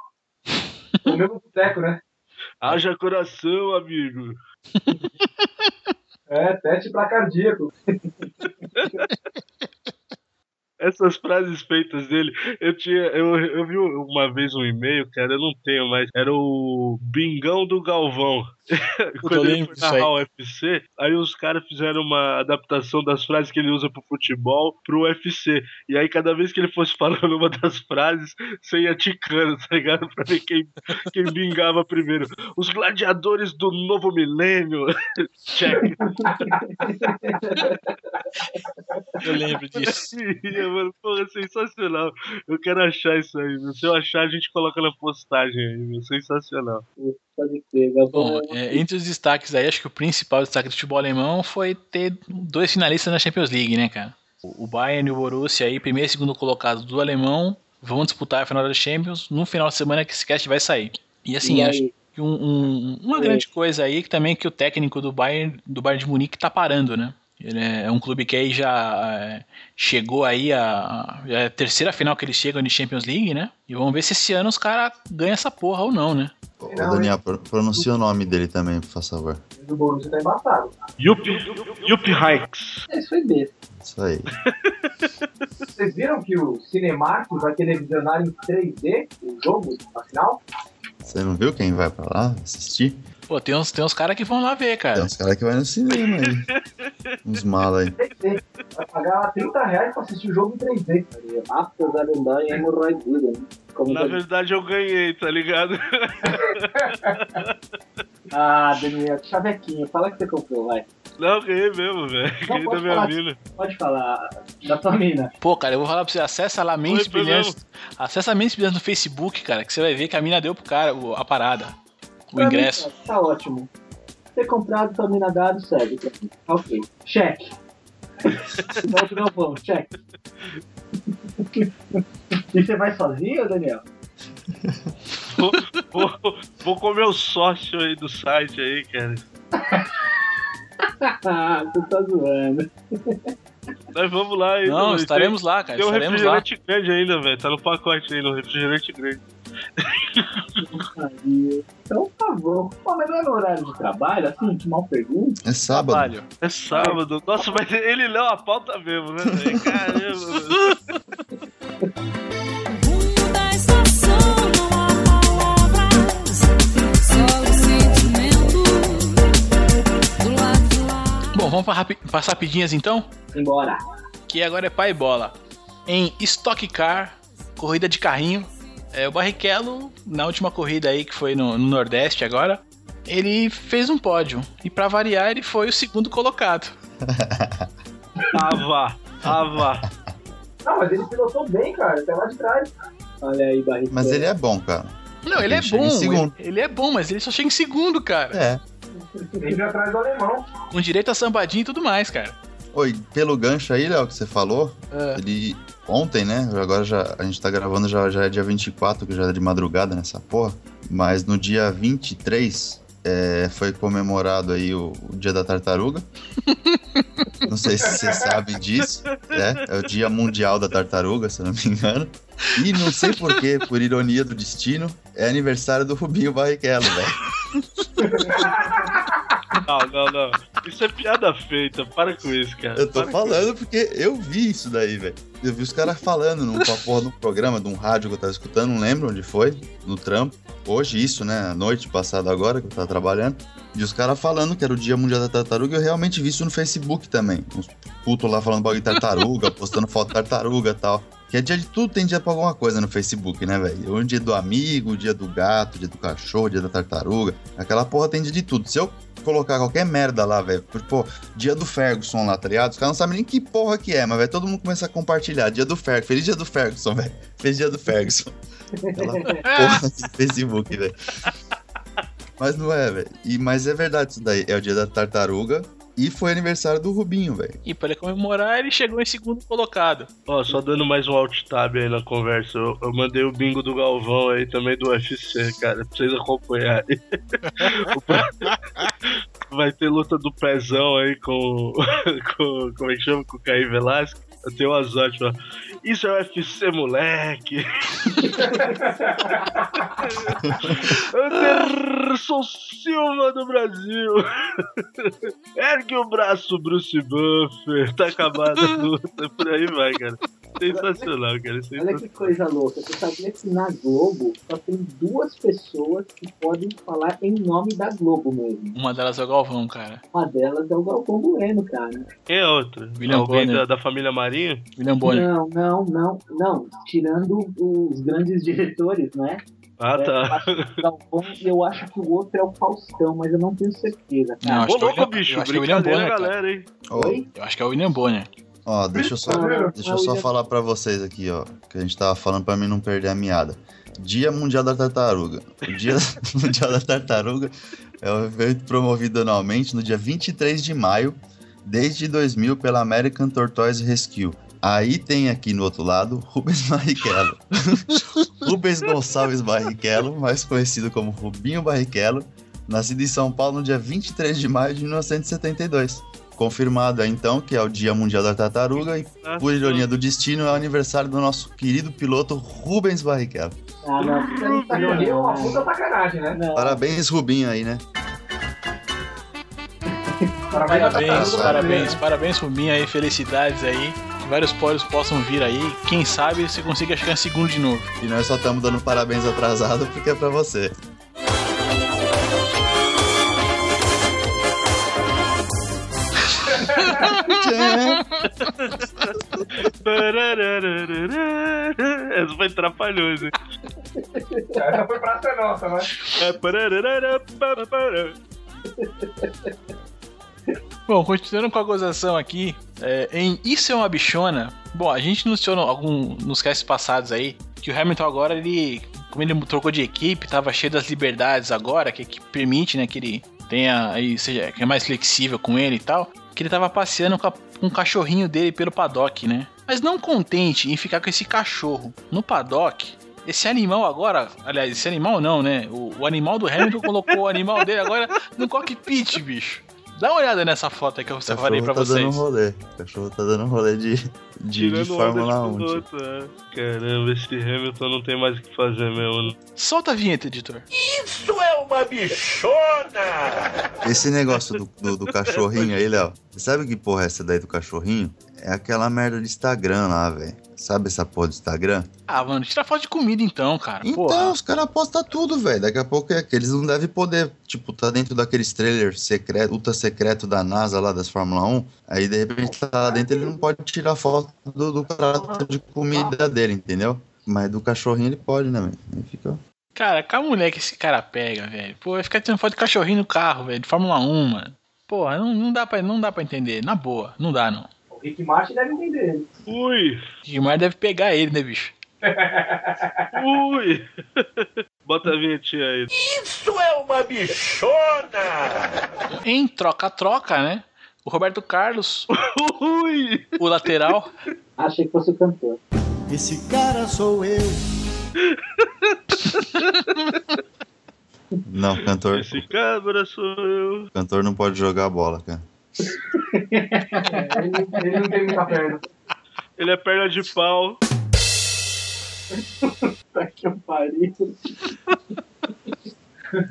S5: [LAUGHS] o mesmo boteco, né?
S3: Haja coração, amigo.
S5: É, teste pra cardíaco.
S3: Essas frases feitas dele, eu tinha. Eu, eu vi uma vez um e-mail, cara, eu não tenho mais. Era o Bingão do Galvão. [LAUGHS] Quando ele
S1: lembro
S3: foi
S1: disso aí.
S3: narrar o UFC, aí os caras fizeram uma adaptação das frases que ele usa pro futebol pro UFC. E aí, cada vez que ele fosse [LAUGHS] falando uma das frases, você ia ticando, tá ligado? Pra ver quem, quem bingava primeiro. Os gladiadores do novo milênio. [LAUGHS] Check.
S1: Eu lembro disso.
S3: Sim, mano, porra, sensacional. Eu quero achar isso aí. meu. Se eu achar, a gente coloca na postagem aí, meu. Sensacional.
S2: Pode ser, Galvão.
S1: Bom, é, entre os destaques aí, acho que o principal destaque do futebol alemão foi ter dois finalistas na Champions League, né, cara? O o Bayern e o Borussia aí, primeiro e segundo colocado do alemão, vão disputar a final da Champions no final de semana que esse cast vai sair. E assim,
S2: E aí?
S1: acho que um- um- uma
S2: É.
S1: grande coisa aí que também é que o técnico do Bayern, do Bayern de Munique tá parando, né? Ele é um clube que aí já é, chegou aí a, a- é a terceira final que eles chegam de Champions League, né? E vamos ver se esse ano os caras ganham essa porra ou não, né?
S4: Ô,
S2: é
S4: Daniel, pro- pronuncia o nome dele também, por favor.
S5: O Borussia tá embaçado.
S3: Yup, Yup Hikes.
S2: É, Isso foi besta.
S4: Isso aí.
S5: Vocês viram que o Cinemarco vai televisionar em 3D o jogo, afinal?
S4: Você não viu quem vai pra lá assistir?
S1: Pô, tem uns, tem uns caras que vão lá ver, cara.
S4: Tem uns caras que vai no cinema aí. Uns malas aí.
S5: 3D. Vai pagar lá 30 reais pra assistir o jogo em 3D.
S2: Mapas da Alemanha e hemorroiduda. né? Como
S3: Na
S2: já-
S3: verdade, eu ganhei, tá ligado? [LAUGHS]
S2: Ah, Daniel, chavequinho, fala que você comprou, vai.
S3: Não, eu ganhei mesmo, velho. Ganhei da
S2: pode
S3: minha
S2: falar.
S3: mina.
S2: Pode falar da tua mina.
S1: Pô, cara, eu vou falar pra você, acessa lá Mentes
S3: Foi, foi
S1: Brilhantes. Acessa Mentes Brilhantes no Facebook, cara, que você vai ver que a mina deu pro cara o- a parada. O
S2: Pra mim,
S1: ingresso.
S2: tá, tá ótimo. Ter comprado, tua mina dado, serve. pra mim. Ok. Cheque. [LAUGHS] Volta o Galvão, cheque. [LAUGHS] E você vai sozinho, Daniel?
S3: Vou, vou, vou comer o sócio aí do site aí, cara.
S2: [LAUGHS] Ah, tu tá zoando.
S3: Nós vamos lá aí.
S1: Não,
S3: meu.
S1: estaremos lá,
S3: Tem,
S1: cara.
S3: tem um
S1: Estaremos
S2: né?
S1: lá.
S3: refrigerante grande ainda, velho. Tá no pacote ainda, um refrigerante grande.
S2: Aí, Então tá bom. Pô, mas não é no horário de trabalho, assim, que mal pergunta.
S4: É sábado.
S1: Trabalho.
S3: É sábado. Nossa, mas ele leu a pauta mesmo, né, velho? Caramba, velho.
S6: Rumo da estação não há palavras, só o sentimento do lado de lá.
S1: Bom, vamos pra rapi- pras rapidinhas então?
S2: Embora.
S1: Que agora é pai e bola. Em Stock Car, corrida de carrinho. é, o Barrichello, na última corrida aí, que foi no, no Nordeste agora, ele fez um pódio. E pra variar, ele foi o segundo colocado.
S3: Ava, ava.
S5: Não, mas ele pilotou bem, cara. Ele tá lá de trás.
S2: Olha aí, barriga.
S4: Mas ele é bom, cara.
S1: Não, ele é
S4: Ele chega em
S1: bom. Ele,
S4: segundo.
S1: ele é bom, mas ele só chega em segundo, cara.
S4: É.
S5: Ele veio atrás do alemão.
S1: Com direito a sambadinha e tudo mais, cara.
S4: Oi, pelo gancho aí, Léo, que você falou, ele ontem, né? Agora já, a gente tá gravando, já, já é dia 24, que já é de madrugada nessa porra. Mas no dia 23 é, foi comemorado aí o, o Dia da Tartaruga. Não sei se você sabe disso, né? É o Dia Mundial da Tartaruga, se eu não me engano. E não sei porquê, por ironia do destino, é aniversário do Rubinho Barrichello, velho.
S3: Não, não, não. Isso é piada feita. Para com isso, cara.
S4: Eu tô
S3: Para com
S4: falando porque eu vi isso daí, velho. Eu vi os caras falando numa porra de um programa, de um rádio que eu tava escutando, não lembro onde foi, no trampo. Hoje, isso, né? À noite, passada agora, que eu tava trabalhando. E os caras falando que era o Dia Mundial da Tartaruga, e eu realmente vi isso no Facebook também. Uns putos lá falando bagulho de tartaruga, [LAUGHS] postando foto de tartaruga e tal. Que é dia de tudo, tem dia pra alguma coisa no Facebook, né, velho? O dia do amigo, o dia do gato, o dia do cachorro, o dia da tartaruga. Aquela porra tem dia de tudo. Se eu colocar qualquer merda lá, velho, pô, dia do Ferguson lá, tá ligado? Os caras não sabem nem que porra que é, mas vai todo mundo começar a compartilhar. Dia do Ferguson, feliz dia do Ferguson, velho. Feliz dia do Ferguson. Aquela porra de Facebook, velho. Mas não é, velho. E- Mas é verdade isso daí. É o dia da tartaruga e foi aniversário do Rubinho, velho.
S1: E pra ele comemorar, ele chegou em segundo colocado.
S3: Ó, só dando mais um alt tab aí na conversa. Eu, eu mandei o bingo do Galvão aí também do UFC, cara, pra vocês acompanharem. O pe- Vai ter luta do pezão aí com. [LAUGHS] com como é que chama? Com o Caí Velasco. Eu tenho umas ótimas. Isso é UFC,
S1: [LAUGHS]
S3: moleque! Anderson Silva do Brasil! Ergue o braço, Bruce Buffer! Tá acabada a luta, por aí vai, cara. sensacional, cara. é
S2: Olha que
S3: Sensacional.
S2: coisa louca, você sabia que na Globo só tem duas pessoas que podem falar em nome da Globo mesmo.
S1: Uma delas é o Galvão, cara.
S2: Uma delas é o Galvão Bueno, cara.
S3: Quem é outra?
S1: William
S3: Alguém
S1: Bonner.
S3: da, da família Marinho?
S1: William Bonner.
S2: Não, não, não, não. Tirando os grandes diretores, né?
S3: Ah,
S2: É, eu
S3: tá.
S2: acho que o Galvão e eu acho que o outro é o Faustão, mas eu não tenho certeza, cara.
S1: Não, acho
S3: Ô,
S1: que é o
S3: louco,
S1: William-
S3: bicho.
S1: eu acho que é o William
S3: Brincadeira,
S1: Bonner, cara.
S3: galera, hein?
S4: Ó,
S2: Oi? Ah.
S1: Eu acho que é o William Bonner.
S4: ó, deixa eu só,
S2: Cara,
S4: deixa eu só
S2: olha-
S4: falar pra vocês aqui, ó. Que a gente tava falando pra mim não perder a meada. Dia Mundial da Tartaruga. O Dia Mundial da [LAUGHS] Tartaruga é um evento promovido anualmente no dia 23 de maio, desde 2000, pela American Tortoise Rescue. Aí tem aqui no outro lado Rubens Barrichello. [LAUGHS] Rubens Gonçalves Barrichello, mais conhecido como Rubinho Barrichello, nascido em São Paulo no dia 23 de maio de 1972. Confirmado então que é o Dia Mundial da Tartaruga e,
S3: Ah,
S4: por ironia do destino, é o aniversário do nosso querido piloto Rubens Barrichello.
S2: Ah, não, você não tá
S5: Ironia é uma
S2: não,
S5: puta sacanagem, né?
S2: não.
S4: Parabéns, Rubinho, aí, né?
S5: Parabéns,
S1: Parabéns,
S5: Tartaruga
S1: parabéns,
S5: Brasileira.
S1: parabéns pro Minha aí, felicidades aí. Que vários pódios possam vir aí. Quem sabe você consiga chegar em segundo de novo.
S4: E nós só estamos dando parabéns atrasado porque é pra você.
S3: Parararararara. Essa foi trapalhosa, hein?
S5: Essa foi praça nossa, né?
S3: É, pararararapapara.
S1: Bom, continuando com a gozação aqui, é, em Isso é uma bichona. Bom, a gente anunciou algum, nos casts passados aí que o Hamilton agora, ele, como ele trocou de equipe, tava cheio das liberdades agora, que, que permite né, que ele tenha, aí, seja que é mais flexível com ele e tal, que ele tava passeando com, a- com o cachorrinho dele pelo paddock, né? Mas não contente em ficar com esse cachorro no paddock, esse animal agora, aliás, esse animal não, né? O, o animal do Hamilton colocou o animal dele agora no cockpit, bicho. Dá uma olhada nessa foto aí que [LAUGHS] eu separei pra
S4: tá dando um
S1: vocês.
S4: rolê. O cachorro tá dando um rolê de, de, de
S3: Tirando
S4: Fórmula tipo.
S3: onda
S4: 1.
S3: de
S4: tio.
S3: piloto, é. Caramba, esse Hamilton não tem mais o que fazer mesmo.
S1: Solta a vinheta, editor.
S4: Esse negócio do, do- do cachorrinho aí, Léo. Sabe que porra é essa daí do cachorrinho? É aquela merda de Instagram lá, velho. Sabe essa porra do Instagram?
S1: Ah, mano, tira foto de comida então, cara.
S4: Então,
S1: Porra.
S4: os caras postam tudo, velho. Daqui a pouco é aqueles não devem poder. Tipo, tá dentro daqueles trailers secreto, ultra secreto da NASA lá das Fórmula 1. Aí de repente tá lá dentro, ele não pode tirar foto do, do prato de comida dele, entendeu? Mas do cachorrinho ele pode, né, velho? Aí fica.
S1: Cara, que mulher que esse cara pega, velho. Pô, vai ficar tirando foto de cachorrinho no carro, velho, de Fórmula 1, mano. Porra, não, não, dá pra, não dá pra entender. Na boa, não dá não.
S5: O Rick Martin deve entender
S2: [LAUGHS]
S5: ele.
S3: Ui,
S1: Gilmar deve pegar ele, né, bicho?
S3: ui. Bota a vinhetinha aí.
S1: Em troca-troca, né? O Roberto Carlos,
S3: Ui.
S1: o lateral, [LAUGHS]
S2: Achei que fosse o cantor.
S7: Esse cara sou eu.
S4: Não, cantor,
S3: Esse cabra sou eu.
S4: cantor não pode jogar bola, cara.
S5: Ele, É, ele não tem muita perna.
S3: Ele é perna de pau.
S2: Tá que eu pariu.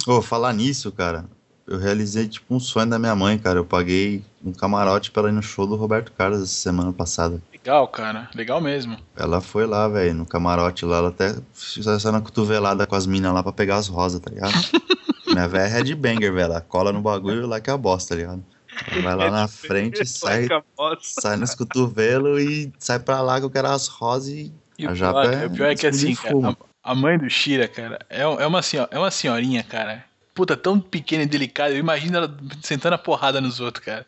S4: Ô, falar nisso, cara, eu realizei tipo um sonho da minha mãe, cara. Eu paguei um camarote pra ela ir no show do Roberto Carlos essa semana passada.
S1: legal, cara. Legal mesmo.
S4: Ela foi lá, velho, no camarote lá, ela até saiu na cotovelada com as minas lá pra pegar as rosas, tá
S3: [LAUGHS]
S4: ligado? minha velha é headbanger, velho. Ela cola no bagulho lá que é a bosta, tá ligado? Ela vai lá na frente, sai,
S3: Saca a moto.
S4: sai nos cotovelos e sai pra lá que eu quero as rosas e.
S1: E
S4: A
S1: o,
S4: japa
S1: pior,
S4: é
S1: o pior é que assim,
S4: escudo e
S1: cara,
S4: fumo.
S1: a, a mãe do Shira, cara, é, um- é uma senho- é uma senhorinha, cara. Puta, tão pequena e delicada, eu imagino ela sentando a porrada nos outros, cara.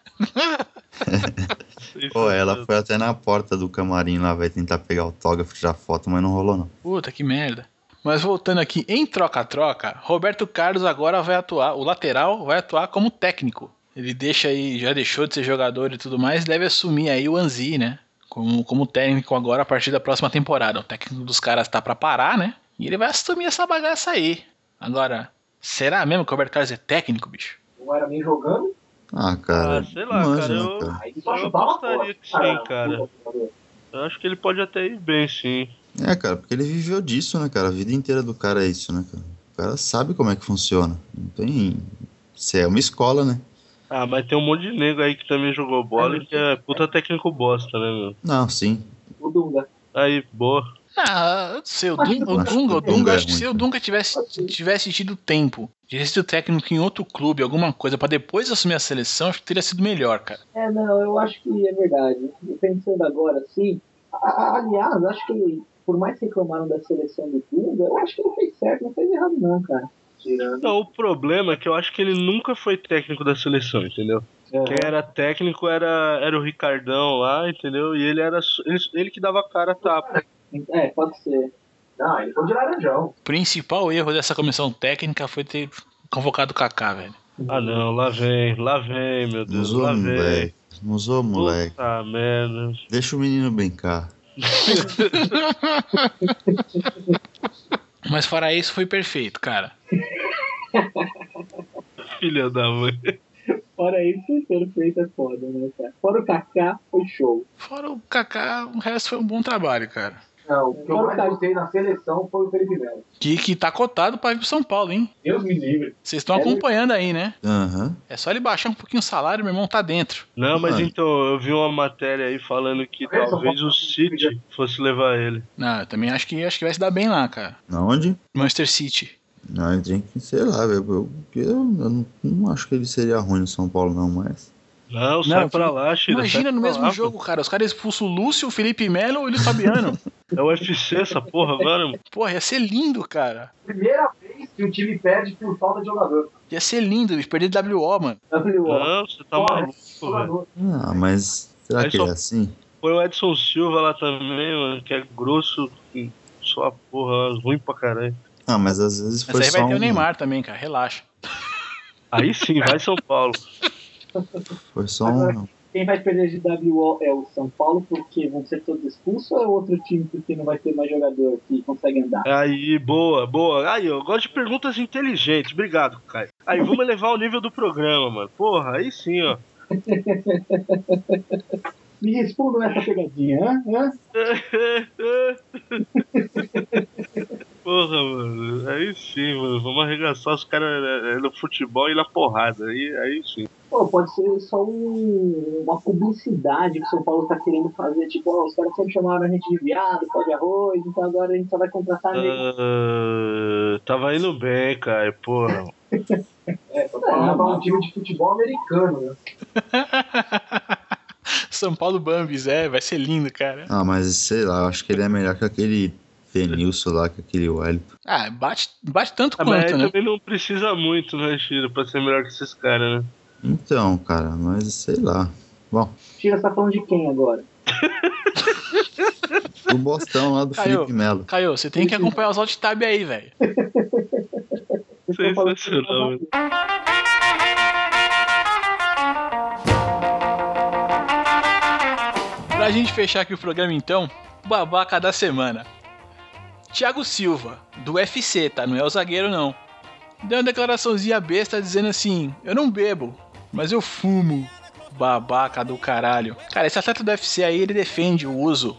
S4: Pô, ela foi até na porta do camarim lá, velho, tentar pegar autógrafo, tirar foto, mas não rolou, não.
S1: Puta, que merda. Mas voltando aqui, em troca-troca, Roberto Carlos agora vai atuar, o lateral vai atuar como técnico. Ele deixa aí, já deixou de ser jogador e tudo mais, deve assumir aí o Anzi, né? Como, como técnico agora a partir da próxima temporada. O técnico dos caras tá pra parar, né? E ele vai assumir essa bagaça aí. Agora, será mesmo que o Roberto Carlos é técnico, bicho?
S5: O Aramin jogando,
S4: Ah, cara.
S3: Ah, sei lá,
S4: manja,
S3: cara,
S4: né,
S3: eu-
S5: aí
S3: Eu
S5: só chutava
S3: apostaria
S5: fora.
S3: que sim, cara. Eu acho que ele pode até ir bem, sim.
S4: É, cara, porque ele viveu disso, né, cara? A vida inteira do cara é isso, né, cara? O cara sabe como é que funciona. Não tem. Isso é uma escola, né?
S3: Ah, mas tem um monte de nego aí que também jogou bola e que é puta técnico bosta, né, meu?
S4: Não, sim.
S2: O Dunga.
S3: Aí, boa.
S1: Ah, eu não sei, o Dunga, o
S4: Acho que
S1: Dunga,
S4: o
S1: o Dunga
S4: Dunga é
S1: acho que se
S4: ruim,
S1: o
S4: né?
S1: Dunga tivesse, tivesse tido tempo de registro técnico em outro clube, alguma coisa, pra depois assumir a seleção, acho que teria sido melhor, cara.
S2: É, não, eu acho que é verdade. Pensando agora, sim. A- a- Aliás, acho que por mais que reclamaram da seleção do Dunga, eu acho que ele fez certo, não fez errado não, cara. Tirando.
S3: Não, o problema é que eu acho que ele nunca foi técnico da seleção, entendeu?
S5: É.
S3: Quem era técnico era, era o Ricardão lá, entendeu? E ele era su- ele, ele que dava a cara a tapa.
S2: É, pode ser.
S5: Não,
S2: é
S5: ele foi de laranjão.
S1: O principal erro dessa comissão técnica foi ter convocado o Kaká, velho.
S3: Ah não, lá vem, lá vem, meu
S4: Não
S3: Deus,
S4: usou, um
S3: lá vem.
S4: moleque. Não usou, moleque.
S3: Puta merda.
S4: Deixa o menino brincar.
S1: Mas fora isso, foi perfeito, cara.
S3: Filha da mãe.
S2: Fora isso, perfeito é foda, né, cara? Fora o Kaká, foi show.
S1: Fora o Kaká, o resto foi um bom trabalho, cara.
S5: Não, É, o que eu mais gostei na seleção foi o Felipe Melo.
S1: Que, que tá cotado pra ir pro São Paulo, hein?
S5: Deus me livre.
S1: Vocês
S4: É.
S1: estão acompanhando aí, né?
S4: Aham.
S1: É só ele baixar um pouquinho o salário, meu irmão tá dentro.
S3: Não, mas
S4: Mano.
S3: então, eu vi uma matéria aí falando que
S5: Olha só, um
S3: talvez o City fosse levar ele.
S1: Não, eu também acho que acho que vai se dar bem lá, cara.
S4: Na onde?
S1: Manchester City.
S4: Não, ele tem que, sei lá, velho. Eu, eu, eu não, não acho que ele seria ruim no São Paulo, não, mas.
S3: Não, sai pra
S1: filho,
S3: lá, Chira. sai
S1: Imagina no
S3: pra
S1: mesmo
S3: lá,
S1: jogo, cara. Os caras expulsam o Lúcio, o Felipe Melo e o Luiz
S3: [LAUGHS]
S1: Fabiano.
S3: pô. É o UFC essa porra, mano.
S1: Porra, ia ser lindo, cara.
S5: Primeira vez que o time perde por falta de jogador.
S1: Ia ser lindo, eles perderam WO, mano.
S2: W.O.
S3: Não, você tá
S5: Porra,
S3: maluco, velho.
S5: Jogador.
S4: Ah, mas. Será
S3: Aí
S4: que
S3: só-
S4: ele é assim?
S3: Põe o Edson Silva lá também, mano, que é grosso. e Só a porra, ruim pra caralho.
S4: Ah, mas às vezes
S1: Mas
S4: foi
S1: aí
S4: só
S1: vai ter
S4: um,
S1: o Neymar também, cara. Relaxa.
S3: Aí sim, vai São Paulo.
S4: Foi só um.
S2: Quem vai perder de W.O. é o São Paulo, porque vão ser todos expulsos, ou é outro time porque não vai ter mais jogador que consegue andar?
S3: Aí, boa, boa. Aí, eu gosto de perguntas inteligentes. Obrigado, Caio. Aí, vamos elevar o nível do programa, mano. Porra, aí sim, ó. [LAUGHS]
S2: Me respondam essa pegadinha, hã? hã?
S3: Porra, mano. Aí sim, mano. Vamos arregaçar os caras né, no futebol e na porrada. Aí, aí sim.
S2: Pô, pode ser só um- uma publicidade que o São Paulo tá querendo fazer. Tipo, ó, os caras sempre chamaram a gente de viado, pó de arroz, então agora a gente só vai contratar nego.
S3: Ah, tava indo bem, Caio. Porra.
S5: É, São Paulo já tá um time de futebol americano, né?
S1: São Paulo Bambis, é, vai ser lindo, cara.
S4: Ah, mas sei lá, eu acho que ele é melhor que aquele Denilson lá, que aquele Wellington.
S1: Ah, bate, bate tanto
S3: Ah, mas
S1: quanto,
S3: aí
S1: né?
S3: também não precisa muito, né, Chiro? Pra ser melhor que esses caras, né?
S4: Então, cara, mas sei lá. Bom,
S2: Tira essa falando de quem agora?
S4: o bostão lá do
S1: Caiu.
S4: Felipe Melo.
S1: Caio, você tem que acompanhar os alt tab aí, velho.
S2: O São Paulo tem que
S3: Sensacional,
S2: contratar.
S1: Pra gente fechar aqui o programa, então, o babaca da semana. Thiago Silva, do UFC, tá? Não é o zagueiro, não. Deu uma declaraçãozinha besta dizendo assim: Eu não bebo, mas eu fumo. Babaca do caralho. Cara, esse atleta do UFC aí, ele defende o uso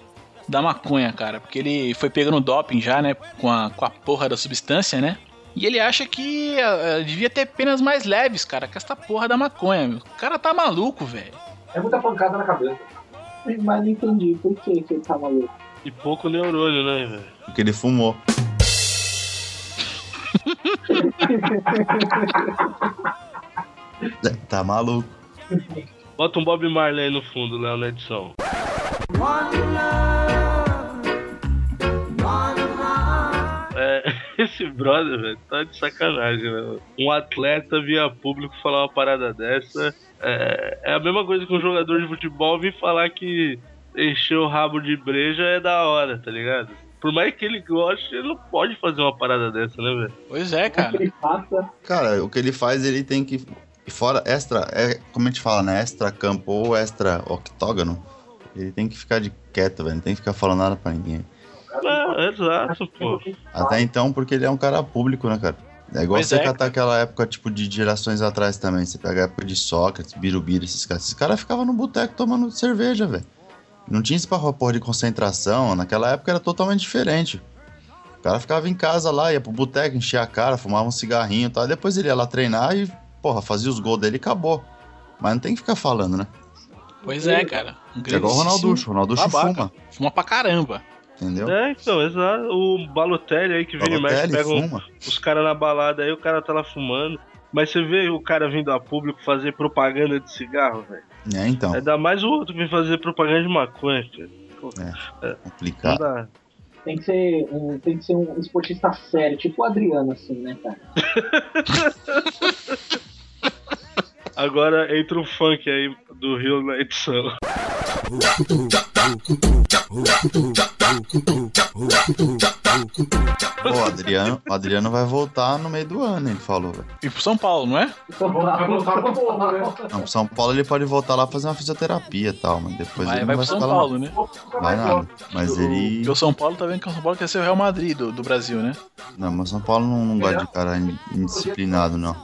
S1: da maconha, cara. Porque ele foi pegando doping já, né? Com a, com a porra da substância, né? E ele acha que ah, ah, devia ter penas mais leves, cara, que essa porra da maconha, meu. O cara tá maluco, velho.
S5: É muita pancada na cabeça.
S2: Mas não entendi por que que ele tá maluco.
S3: E pouco neurônio, né, velho?
S4: Porque ele fumou. tá maluco.
S3: Bota um Bob Marley aí no fundo, Léo, na edição. É, [LAUGHS] esse brother, velho, tá de sacanagem, né? Um atleta via público falar uma parada dessa. É, é a mesma coisa que um jogador de futebol vir falar que encher o rabo de breja é da hora, tá ligado? Por mais que ele goste, ele não pode fazer uma parada dessa, né, velho?
S1: Pois é,
S2: O que
S1: cara.
S2: ele faça,
S4: Cara, o que ele faz, ele tem que. Fora extra. É, como a gente fala, né? Extra campo ou extra octógono. Ele tem que ficar de quieto, velho. Não tem que ficar falando nada pra ninguém.
S3: É, exato, pô.
S4: Até então, porque ele é um cara público, né, cara? É igual
S1: Pois
S4: você
S1: é,
S4: catar aquela época, tipo, de gerações atrás também. Você pega a época de Sócrates, Birubiru, esses caras. Esses caras ficavam no boteco tomando cerveja, velho. Não tinha esse papo- porra de concentração. Naquela época era totalmente diferente. O cara ficava em casa lá, ia pro boteco, enchia a cara, fumava um cigarrinho e tal. Depois ele ia lá treinar e, porra, fazia os gols dele e acabou. Mas não tem que ficar falando, né?
S1: Pois é, cara. Um
S4: É igual
S1: grandíssimo-
S4: o Ronalducho. O Ronalducho
S1: babaca.
S4: fuma.
S1: Fuma pra caramba.
S4: entendeu?
S3: É, então, exato. O Balotelli aí que vira e mexe,
S4: Balotelli,
S3: pega um-
S4: fuma.
S3: os caras na balada aí, o cara tá lá fumando. Mas você vê o cara vindo a público fazer propaganda de cigarro, velho.
S4: É, então,
S3: Ainda mais o outro que vem fazer propaganda de maconha, cara.
S1: Tá.
S3: Não
S4: complicado.
S3: dá.
S2: Tem que ser um, tem que ser um esportista sério, tipo o Adriano, assim, né, cara?
S3: Agora entra o funk aí do Rio na edição.
S1: [LAUGHS]
S4: Pô, o Adriano, o Adriano vai voltar no meio do ano, ele falou, velho.
S1: E pro São Paulo, não é?
S2: Então,
S5: Vai voltar pro povo, né?
S4: Não, pro São Paulo ele pode voltar lá fazer uma fisioterapia e tal, é. mas depois
S1: Vai,
S4: ele
S1: vai
S4: não
S1: pro
S4: vai
S1: São
S4: ficar lá.
S1: Paulo, né?
S4: Vai nada. Mas ele.
S1: Porque o São Paulo tá vendo que o São Paulo quer ser o Real Madrid do, do Brasil, né?
S4: Não, mas São Paulo não, não gosta de cara in- indisciplinado, não.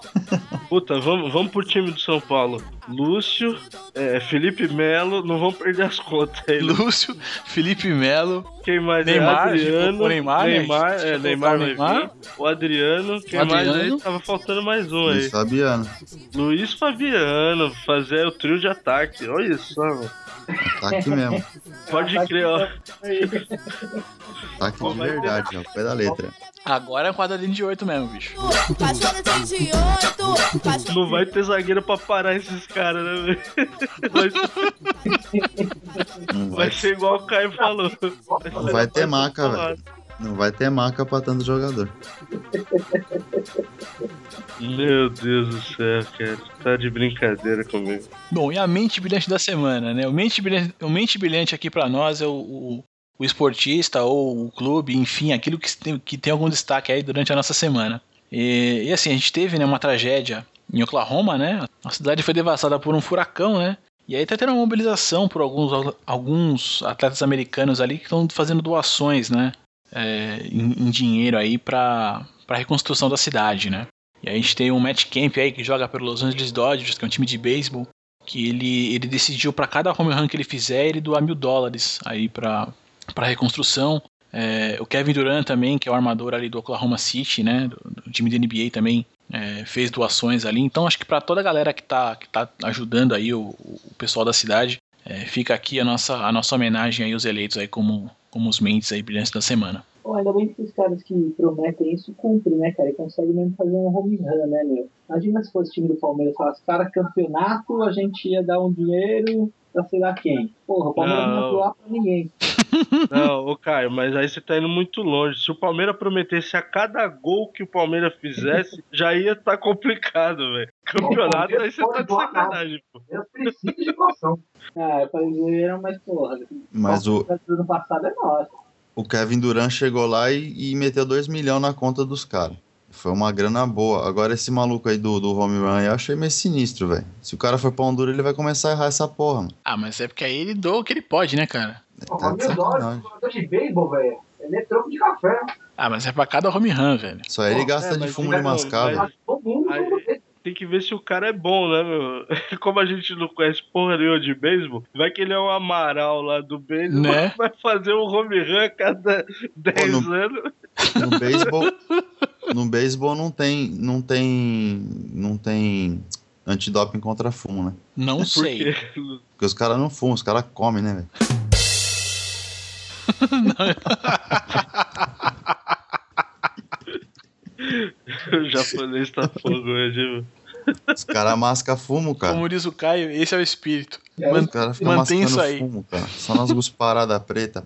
S3: Puta, vamos, vamos pro time do São Paulo. Lúcio, é, Felipe Melo, não vamos perder as contas aí. Lu-
S1: Lúcio, [LAUGHS] Felipe Melo,
S3: Quem mais
S1: Neymar,
S3: é Adriano?
S1: tipo, o Neymar, né?
S3: Neymar, é,
S1: Deixa eu
S3: Neymar
S1: voltar
S3: vai
S1: o Neymar.
S3: vir. O Adriano, quem
S1: O
S3: mais
S1: Adriano.
S3: aí? Tava faltando mais um aí.
S4: Luiz Fabiano.
S3: Luiz Fabiano, fazer o trio de ataque. Olha isso, mano.
S4: Tá aqui mesmo.
S3: Pode crer, ó.
S4: Tá aqui de verdade, é o pé da letra.
S1: agora é um quadradinho de 8 mesmo, bicho.
S6: Tá Pajoletinho de oito, Tá pajoletinho
S3: Não vai ter zagueiro pra parar esses caras, né,
S4: [LAUGHS]
S3: velho? Vai,
S4: Não vai,
S3: vai ser igual o Caio falou. Vai,
S4: não vai ter maca, velho. Não vai ter maca pra tanto jogador.
S3: Meu Deus do céu, cara. Tá de brincadeira comigo.
S1: Bom, e a mente brilhante da semana, né? O mente brilhante, o mente brilhante aqui pra nós é o, o, o esportista ou o clube, enfim, aquilo que tem, que tem algum destaque aí durante a nossa semana. E, e assim, a gente teve né, uma tragédia em Oklahoma, né? A cidade foi devastada por um furacão, né? E aí tá tendo uma mobilização por alguns, alguns atletas americanos ali que estão fazendo doações, né? é, em, em dinheiro aí pra, pra reconstrução da cidade, né? E aí a gente tem um Matt Camp aí que joga pelo Los Angeles Dodgers, que é um time de beisebol, que ele, ele decidiu pra cada home run que ele fizer, ele doar mil dólares aí pra para reconstrução. É, o Kevin Durant também, que é o armador ali do Oklahoma City, né, do, do time da NBA também, é, fez doações ali. Então acho que pra toda a galera que tá, que tá ajudando aí o, o pessoal da cidade, é, fica aqui a nossa, a nossa homenagem aí aos eleitos aí como, como os mentes aí brilhantes da semana.
S2: Bom, ainda bem que os caras que prometem isso cumprem, né, cara? E conseguem mesmo fazer um home run, né, meu? Imagina se fosse o time do Palmeiras falasse, cara, campeonato, a gente ia dar um dinheiro pra sei lá quem. Porra, o Palmeiras não,
S3: Não.
S2: ia doar pra ninguém.
S3: Não, ô Caio, mas aí você tá indo muito longe. Se o Palmeiras prometesse a cada gol que o Palmeiras
S4: [LAUGHS]
S3: fizesse, já ia tá complicado, velho. Campeonato, aí você tá de sacanagem, pô.
S5: É o princípio de noção.
S2: Ah, eu falei zoeira, mas porra,
S4: Mas o,
S2: do ano passado é nosso.
S4: o Kevin Durant chegou lá e, e meteu 2 milhões na conta dos caras. Foi uma grana boa. Agora esse maluco aí do, do home run aí, eu achei meio sinistro, velho. Se o cara for pra Honduras, ele vai começar a errar essa porra, mano.
S1: Ah, mas é porque aí ele doa o que ele pode, né, cara?
S5: Pô,
S4: Tá de
S5: mil dólares,
S4: sacanagem.
S5: jogador de beisebol, velho. Ele é troco de café.
S1: Ah, mas é pra cada home run, velho.
S4: Só ele
S3: É,
S4: gasta de
S3: mas
S4: fumo
S3: fica
S4: de
S3: bom,
S4: mascar,
S3: mas-
S4: velho.
S5: Todo mundo
S3: Aí-
S5: todo mundo.
S3: Tem que ver se o cara é bom, né, meu? [LAUGHS] Como a gente não conhece porra nenhuma de beisebol, vai que ele é um amaral lá do beisebol,
S1: Né?
S3: vai fazer um home run a cada 10
S4: Pô,
S3: anos.
S4: No beisebol, no beisebol não tem, não tem, não tem antidoping contra fumo, né?
S1: Não sei.
S4: Porque os caras não fumam, os caras comem, né, velho?
S3: [LAUGHS] O japonês tá fogo hoje, meu.
S4: Os caras mascam fumo, cara.
S1: Como diz o Caio, esse é o espírito.
S5: É,
S1: Man-
S4: Os caras ficam
S1: mantém isso
S4: mascando
S1: aí.
S4: fumo, cara. Só nas gusparadas pretas.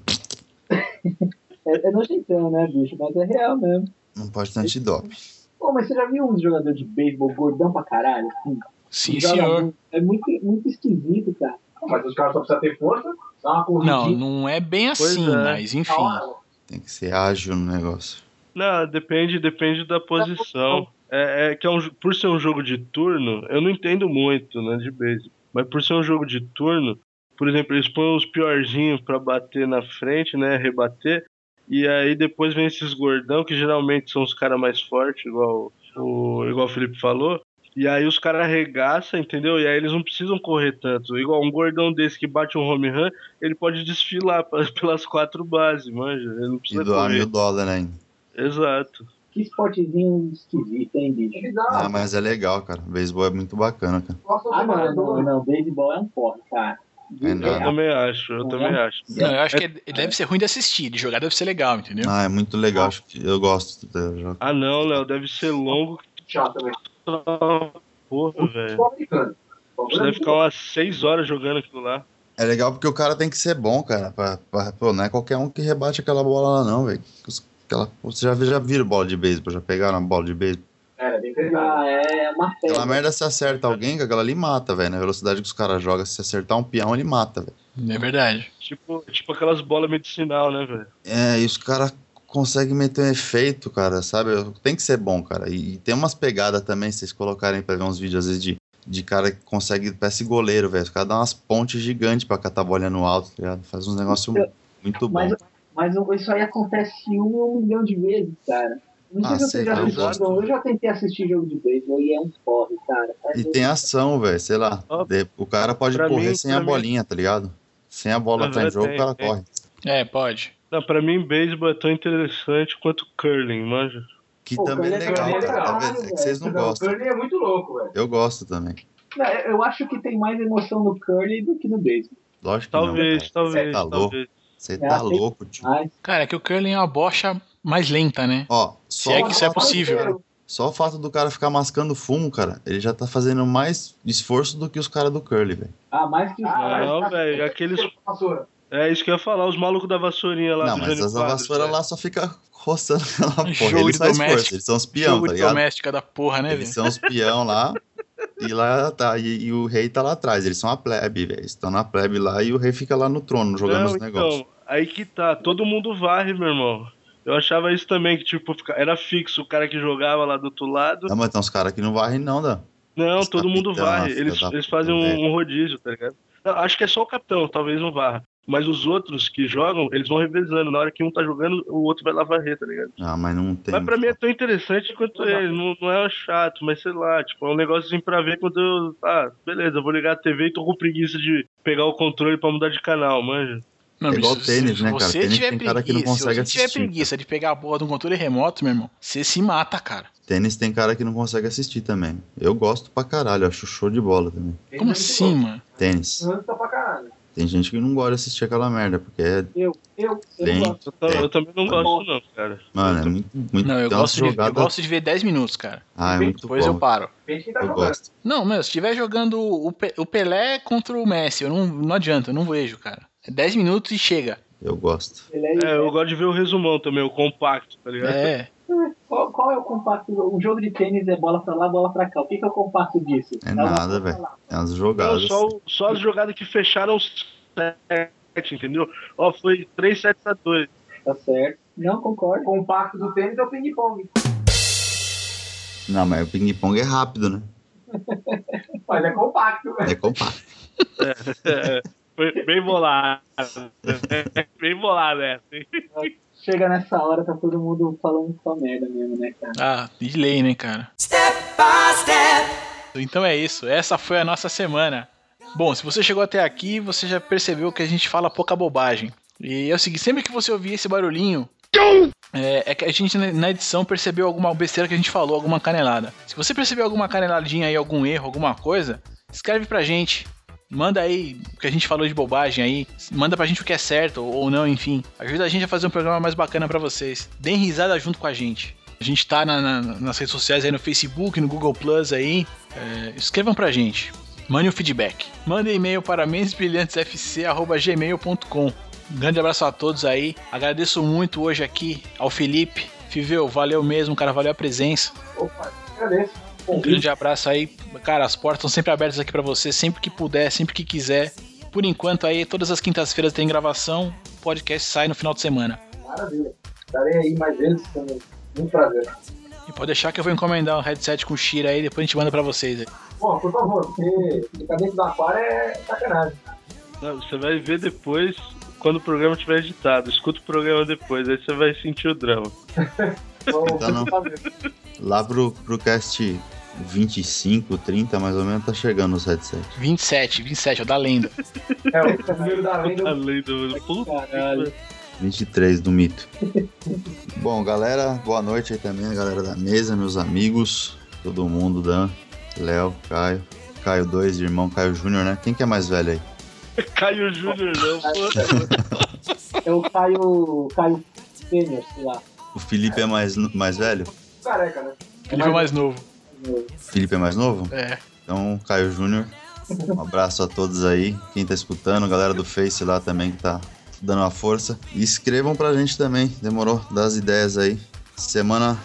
S2: É, é nojeitão, né, bicho? Mas é real mesmo.
S4: Não pode ter antidoping.
S2: Pô, mas você já viu um jogador de beisebol gordão pra caralho? Assim,
S1: Sim,
S2: Joga
S1: senhor.
S2: muito. É muito, muito esquisito, cara.
S5: Mas os caras só precisam ter força, dar uma
S1: Não,
S5: corridinha
S1: não é bem
S3: Pois
S1: assim,
S3: é.
S1: mas enfim.
S5: na hora.
S4: Tem que ser ágil no negócio.
S3: Não, depende, depende da posição. É, é que é um, jo- por ser um jogo de turno, eu não entendo muito, né, de base. Mas por ser um jogo de turno, por exemplo, eles põem os piorzinhos pra bater na frente, né, rebater. E aí depois vem esses gordão que geralmente são os caras mais fortes, igual o igual o Felipe falou. E aí os caras arregaçam, entendeu? E aí eles não precisam correr tanto. Igual um gordão desse que bate um home run, ele pode desfilar [LAUGHS] pe- pelas quatro bases, manja. Ele não
S4: E
S3: precisa
S4: doar
S3: correr.
S4: mil dólares ainda.
S3: Exato.
S2: Que esportezinho esquisito, hein, bicho?
S5: Ele dá
S4: Ah, mas é legal, cara. Beisebol é muito bacana, cara.
S5: uma força,
S2: Ah,
S5: mano.
S2: não, não, não. Beisebol é um porre, cara.
S4: É
S3: Eu
S4: nada.
S3: também acho, eu também acho.
S1: Não, eu acho que ele deve ser ruim de assistir, de jogar deve ser legal, entendeu?
S4: Ah, é muito legal. Acho que eu gosto do jogo.
S3: Ah não, Léo, deve ser longo que
S5: Chato também.
S3: tá porra, velho.
S5: Sou americano. O
S3: Você deve ficar umas 6 horas jogando aquilo lá.
S4: É legal porque o cara tem que ser bom, cara. Pra, pra- pô, não é qualquer um que rebate aquela bola lá, não, velho. Os- Aquela, você já, já viram bola de beisebol? Já pegaram a bola de beisebol?
S5: Era bem pesado.
S2: Ah, é uma
S4: Aquela
S2: pedra.
S4: merda, se acerta alguém, que aquela ali mata, velho. Na velocidade que os caras jogam, se acertar um peão, ele mata, velho.
S1: É verdade.
S3: Tipo, tipo aquelas bolas medicinal, né, velho?
S4: É, e os caras conseguem meter um efeito, cara, sabe? Tem que ser bom, cara. E, e tem umas pegadas também, se vocês colocarem pra ver uns vídeos, às vezes, de, de cara que consegue, parece goleiro, velho. Os caras dão umas pontes gigantes pra catar a bolinha no alto, tá ligado? Faz uns negócios
S2: Eu-
S4: muito bom.
S2: Mas, mas isso aí acontece um a um milhão de vezes, cara. Não sei
S4: Ah,
S2: se vocês
S4: sei,
S2: já
S4: eu
S2: assistiram.
S4: gosto.
S2: Eu já tentei assistir jogo de beisebol e é um porre, cara. É
S4: E
S2: muito-
S4: tem ação, velho, sei lá.
S3: Ó,
S4: De- o cara pode
S3: pra
S4: correr
S3: mim-
S4: sem
S3: pra
S4: a
S3: mim-
S4: bolinha, tá ligado? Sem a bola
S3: Aham,
S4: tá em jogo,
S3: tem,
S4: o cara
S3: tem.
S4: corre.
S1: É, pode.
S3: Não, pra mim, beisebol é tão interessante quanto curling, manja.
S4: Que
S2: Pô,
S4: também é
S2: curling é
S4: legal,
S2: legal,
S4: cara. Talvez- é
S2: velho.
S4: que vocês não
S5: O
S4: gostam.
S5: Curly é muito louco, velho.
S4: Eu gosto também.
S2: Não, Eu acho que tem mais emoção no curling do que no beisebol.
S4: Lógico que
S3: Talvez,
S4: não. cara.
S3: talvez,
S4: Você tá louco?
S3: talvez.
S4: Você
S2: É,
S4: tá
S2: tem-
S4: louco, tio.
S2: Mas
S1: Cara, é que o curling é uma bocha mais lenta, né?
S4: Ó,
S1: Se
S4: só,
S1: é
S4: o
S1: que isso é
S4: fato-
S1: possível.
S4: só o fato do cara ficar mascando fumo, cara, ele já tá fazendo mais esforço do que os caras do Curly, velho.
S2: Ah, mais que os
S5: Ah,
S2: caras.
S3: Não, velho, aqueles.
S5: Vassoura.
S3: É isso que eu ia falar, os malucos da vassourinha lá
S4: Não,
S3: do
S4: mas
S3: Jânio
S4: as
S3: Quadros, é. né?
S4: vassouras
S3: velho.
S4: lá só fica [LAUGHS] roçando
S1: [LAUGHS]
S4: aquela porra.
S1: Jogo
S4: Eles
S1: de
S4: fazem esforço,
S1: doméstico.
S4: eles são os peão,
S1: Jogo
S4: tá
S1: de
S4: ligado?
S1: doméstica da porra, né, velho?
S4: Eles são os peão lá. E lá tá, e, e o rei tá lá atrás, eles são a plebe, velho. Eles estão na plebe lá e o rei fica lá no trono jogando os
S3: Não,
S4: negócios.
S3: então, aí que tá, todo mundo varre, meu irmão. Eu achava isso também, que tipo, fica- era fixo o cara que jogava lá do outro lado.
S4: Não, mas tem uns caras que não varrem, não, Dan.
S3: Não,
S4: Os
S3: todo mundo
S4: capitão,
S3: varre.
S4: filha
S3: Eles,
S4: da
S3: eles
S4: puta, né?
S3: fazem um,
S4: velho.
S3: um rodízio, tá ligado? Não, acho que é só o capitão, talvez não varra. Mas os outros que jogam, eles vão revezando. Na hora que um tá jogando, o outro vai lá varrer, tá ligado?
S4: Ah, mas não tem.
S3: Mas pra mim é tão interessante quanto ele. Não, não é chato, mas sei lá, tipo, é um negócio assim pra ver quando eu. Ah, beleza, eu vou ligar a TV e tô com preguiça de pegar o controle pra mudar de canal, manja.
S1: Não,
S4: É igual
S1: bicho,
S4: tênis,
S1: se
S4: né, cara?
S1: você
S4: Tênis
S1: tiver
S4: tem cara que não
S1: preguiça,
S4: consegue
S1: se você tiver
S4: assistir, cara.
S1: preguiça de pegar a bola de um controle remoto, meu irmão, você se mata, cara.
S4: Tênis tem cara que não consegue assistir também. Eu gosto pra caralho, acho show de bola também.
S5: é
S1: Como assim, mano?
S4: Tênis.
S5: Lança pra caralho.
S4: Tem gente que não gosta de assistir aquela merda, porque é.
S2: Eu, eu
S4: Tem.
S2: gosto.
S3: Eu, ta- eu também não gosto, não, cara.
S4: Tá Mano, é muito. muito
S1: Não, eu
S4: tem umas
S1: gosto, de, eu
S4: jogadas-
S1: gosto de ver 10 minutos, cara.
S4: Ah, é muito
S1: Depois eu
S4: bom.
S1: paro.
S5: Depende de quem tá
S4: Eu,
S5: jogando.
S4: gosto.
S1: Não, meu, se estiver jogando o, Pe- o Pelé contra o Messi, eu não, não adianta, eu não vejo, cara. É 10 minutos e chega.
S4: Eu gosto.
S2: Ele
S3: É,
S2: é...
S3: eu gosto de ver o resumão também, o compacto, tá ligado?
S1: É.
S2: Qual, qual é o compacto? O jogo de tênis é bola pra lá, bola pra cá. O que, que é o compacto disso?
S4: É
S2: Dá uma
S4: nada,
S2: bola
S4: velho.
S2: lá.
S4: É umas
S3: Não,
S4: jogadas.
S3: só, o- só as jogadas que fecharam os sete, entendeu? Ó, foi 3 sets a [LAUGHS] 2.
S2: Tá certo. Não
S5: O
S2: concordo.
S5: compacto do tênis é o ping-pong.
S4: Não, mas o ping-pong é rápido, né?
S5: Mas é compacto, velho.
S4: É compacto.
S3: É, Foi bem bolado. né? [LAUGHS] bem bolado é. essa, hein?
S2: Chega nessa hora, tá todo mundo falando só merda mesmo, né, cara?
S1: Ah, de lei, né, cara? Então é isso, essa foi a nossa semana. Bom, se você chegou até aqui, você já percebeu que a gente fala pouca bobagem. E é o seguinte, sempre que você ouvir esse barulhinho, é, é que a gente na- na edição percebeu alguma besteira que a gente falou, alguma canelada. Se você percebeu alguma caneladinha aí, algum erro, alguma coisa, escreve pra gente. Manda aí o que a gente falou de bobagem aí. Manda pra gente o que é certo ou não, enfim. Ajuda a gente a fazer um programa mais bacana pra vocês. Deem risada junto com a gente. A gente tá na- na- nas redes sociais aí no Facebook, no Google Plus aí. É, escrevam pra gente. Mande um feedback. Manda e-mail para mensbrilhantesfc.gmail.com. Um grande abraço a todos aí. Agradeço muito hoje aqui ao Felipe. Fiveu, valeu mesmo, cara. Valeu a presença.
S5: Opa, agradeço.
S1: Um grande abraço aí. Cara, as portas estão sempre abertas aqui pra você, sempre que puder, sempre que quiser. Por enquanto aí, todas as quintas-feiras tem gravação. O podcast sai no final de semana.
S5: Maravilha. Estarei aí mais vezes também. Muito prazer.
S1: E pode deixar que eu vou encomendar um headset com o Shira aí, depois a gente manda pra vocês aí.
S5: Bom, por favor, porque ficar dentro da quadra é sacanagem.
S3: Não, Você vai ver depois, quando o programa estiver editado. Escuta o programa depois, aí você vai sentir o drama.
S5: Então,
S4: Então não. Lá pro, pro cast 25, 30, mais ou menos, tá chegando os headset.
S1: 27, 27, é o da [LAUGHS] lenda.
S5: é o primeiro da
S3: Tá
S5: lenda.
S3: lindo, mano. Puta,
S2: Caralho.
S3: que
S4: 23 do
S2: [LAUGHS]
S4: mito. Bom, galera, boa noite aí também, a galera da mesa, meus amigos, todo mundo, Dan, Léo, Caio, Caio 2, irmão Caio Júnior, né? Quem que é mais velho aí?
S3: Caio Júnior não, pô.
S2: É o Caio. Caio Sênior, sei lá.
S4: O Felipe é mais, no- mais velho?
S5: Careca, né?
S1: Felipe é o mais novo.
S4: O Felipe é mais novo?
S1: É.
S4: Então, Caio Júnior, um abraço a todos aí, quem tá escutando, galera do Face lá também que tá dando uma força. E escrevam pra gente também, demorou, dá as ideias aí. Semana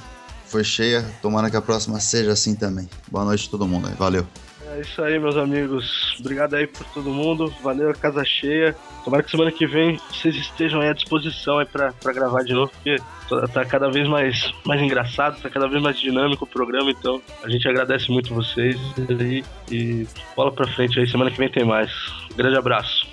S4: foi cheia, tomara que a próxima seja assim também. Boa noite a todo mundo aí, valeu.
S3: É isso aí, meus amigos. Obrigado aí por todo mundo. Valeu, casa cheia. Tomara que semana que vem vocês estejam aí à disposição aí pra, pra gravar de novo, porque tá- tá cada vez mais, mais engraçado, tá cada vez mais dinâmico o programa, então a gente agradece muito vocês aí e bola pra frente aí, semana que vem tem mais. Grande abraço.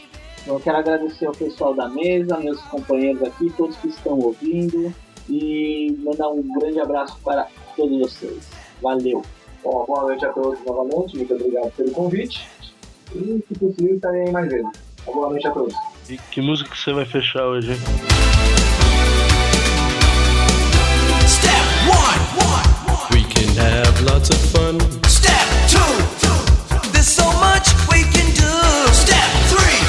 S2: Eu quero agradecer ao pessoal da mesa, meus companheiros aqui, todos que estão ouvindo. E mandar um grande abraço para todos vocês. Valeu!
S5: Bom, boa noite a todos novamente. Muito obrigado pelo convite. E, se possível, estarei aí mais vezes. Boa noite a todos.
S3: E que música que você vai fechar hoje, hein?
S8: Step one, we can have lots of fun. Step two, there's so much we can do. Step three,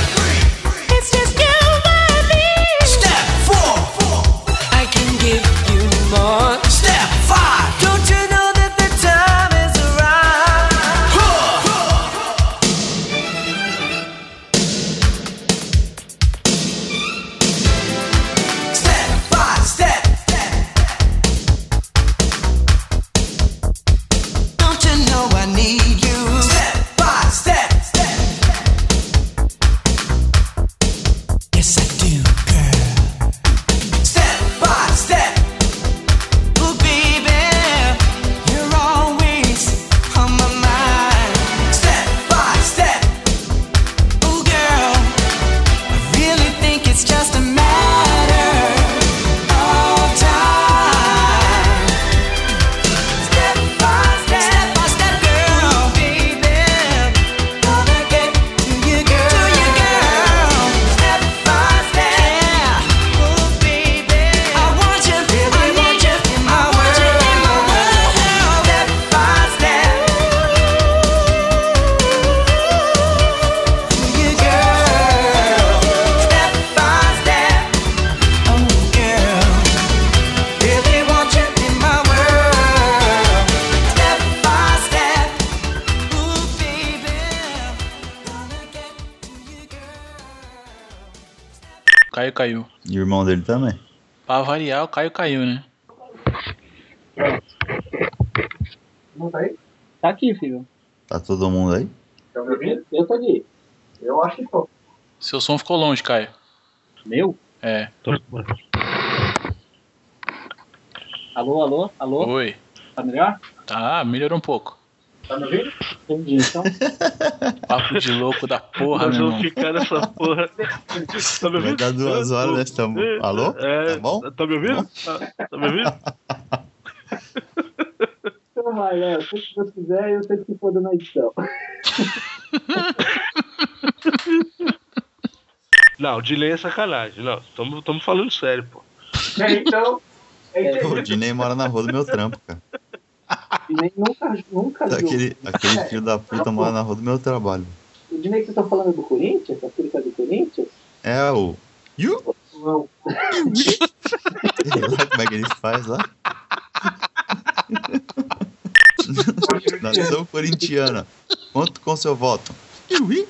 S8: it's just you and me. Step four, I can give you more. Step five, don't you know that the time is right? Step by step. Don't you know I need you? Step by step. Yes, I do, girl. Step by step. Ooh, baby, you're always on my mind. Step by step. Ooh, girl, I really think it's just a matter of time. Step by step, step by step, girl, baby, gonna get to you, girl, to you, girl. Step by step, oh baby, I want you, I want you in my world, in my world. Step by step, you, girl. Step by step, oh girl. Really want you in my world. Step by step, ooh baby, gonna get to you, girl.
S1: Caio caiu.
S4: E o irmão dele também.
S1: Pra variar, o Caio caiu, né?
S5: Não tá aí?
S2: Tá aqui, filho.
S4: Tá todo mundo aí?
S5: Tá me ouvindo?
S2: Eu tô aqui.
S5: Eu acho que tô.
S1: Seu som ficou longe, Caio.
S2: Meu?
S1: É.
S3: Então, bora.
S2: Alô, alô, alô?
S1: Oi.
S2: Tá melhor?
S1: Tá, melhorou um pouco.
S5: Tá me ouvindo?
S2: Entendi. Então,
S1: Papo de louco [LAUGHS] da porra,
S3: Nós
S1: meu
S3: vamos
S1: irmão.
S3: ficar nessa porra. Tá me
S4: Vai
S3: ouvindo?
S4: dar duas horas, né? Tamo... Alô?
S3: É,
S4: Tá bom?
S3: Tá me ouvindo? Tá, tá me ouvindo?
S2: então vai, Léo. Se você quiser, eu sei que se foda na edição.
S3: Não, delay é sacanagem. Não, tamo, tamo falando sério, pô.
S5: Então, é isso aí.
S4: Pô, o Dinei mora na rua do meu trampo, cara. Tá
S2: E nem nunca, nunca viu.
S4: Aquele, aquele filho da puta mora na rua do meu trabalho.
S2: O Dinei que vocês estão falando do Corinthians? Aquele que é do Corinthians?
S4: É o. Iu!
S2: Não.
S4: Sei lá como é que ele faz lá. [LAUGHS] Nação corintiana. Conto com seu voto. Iuí.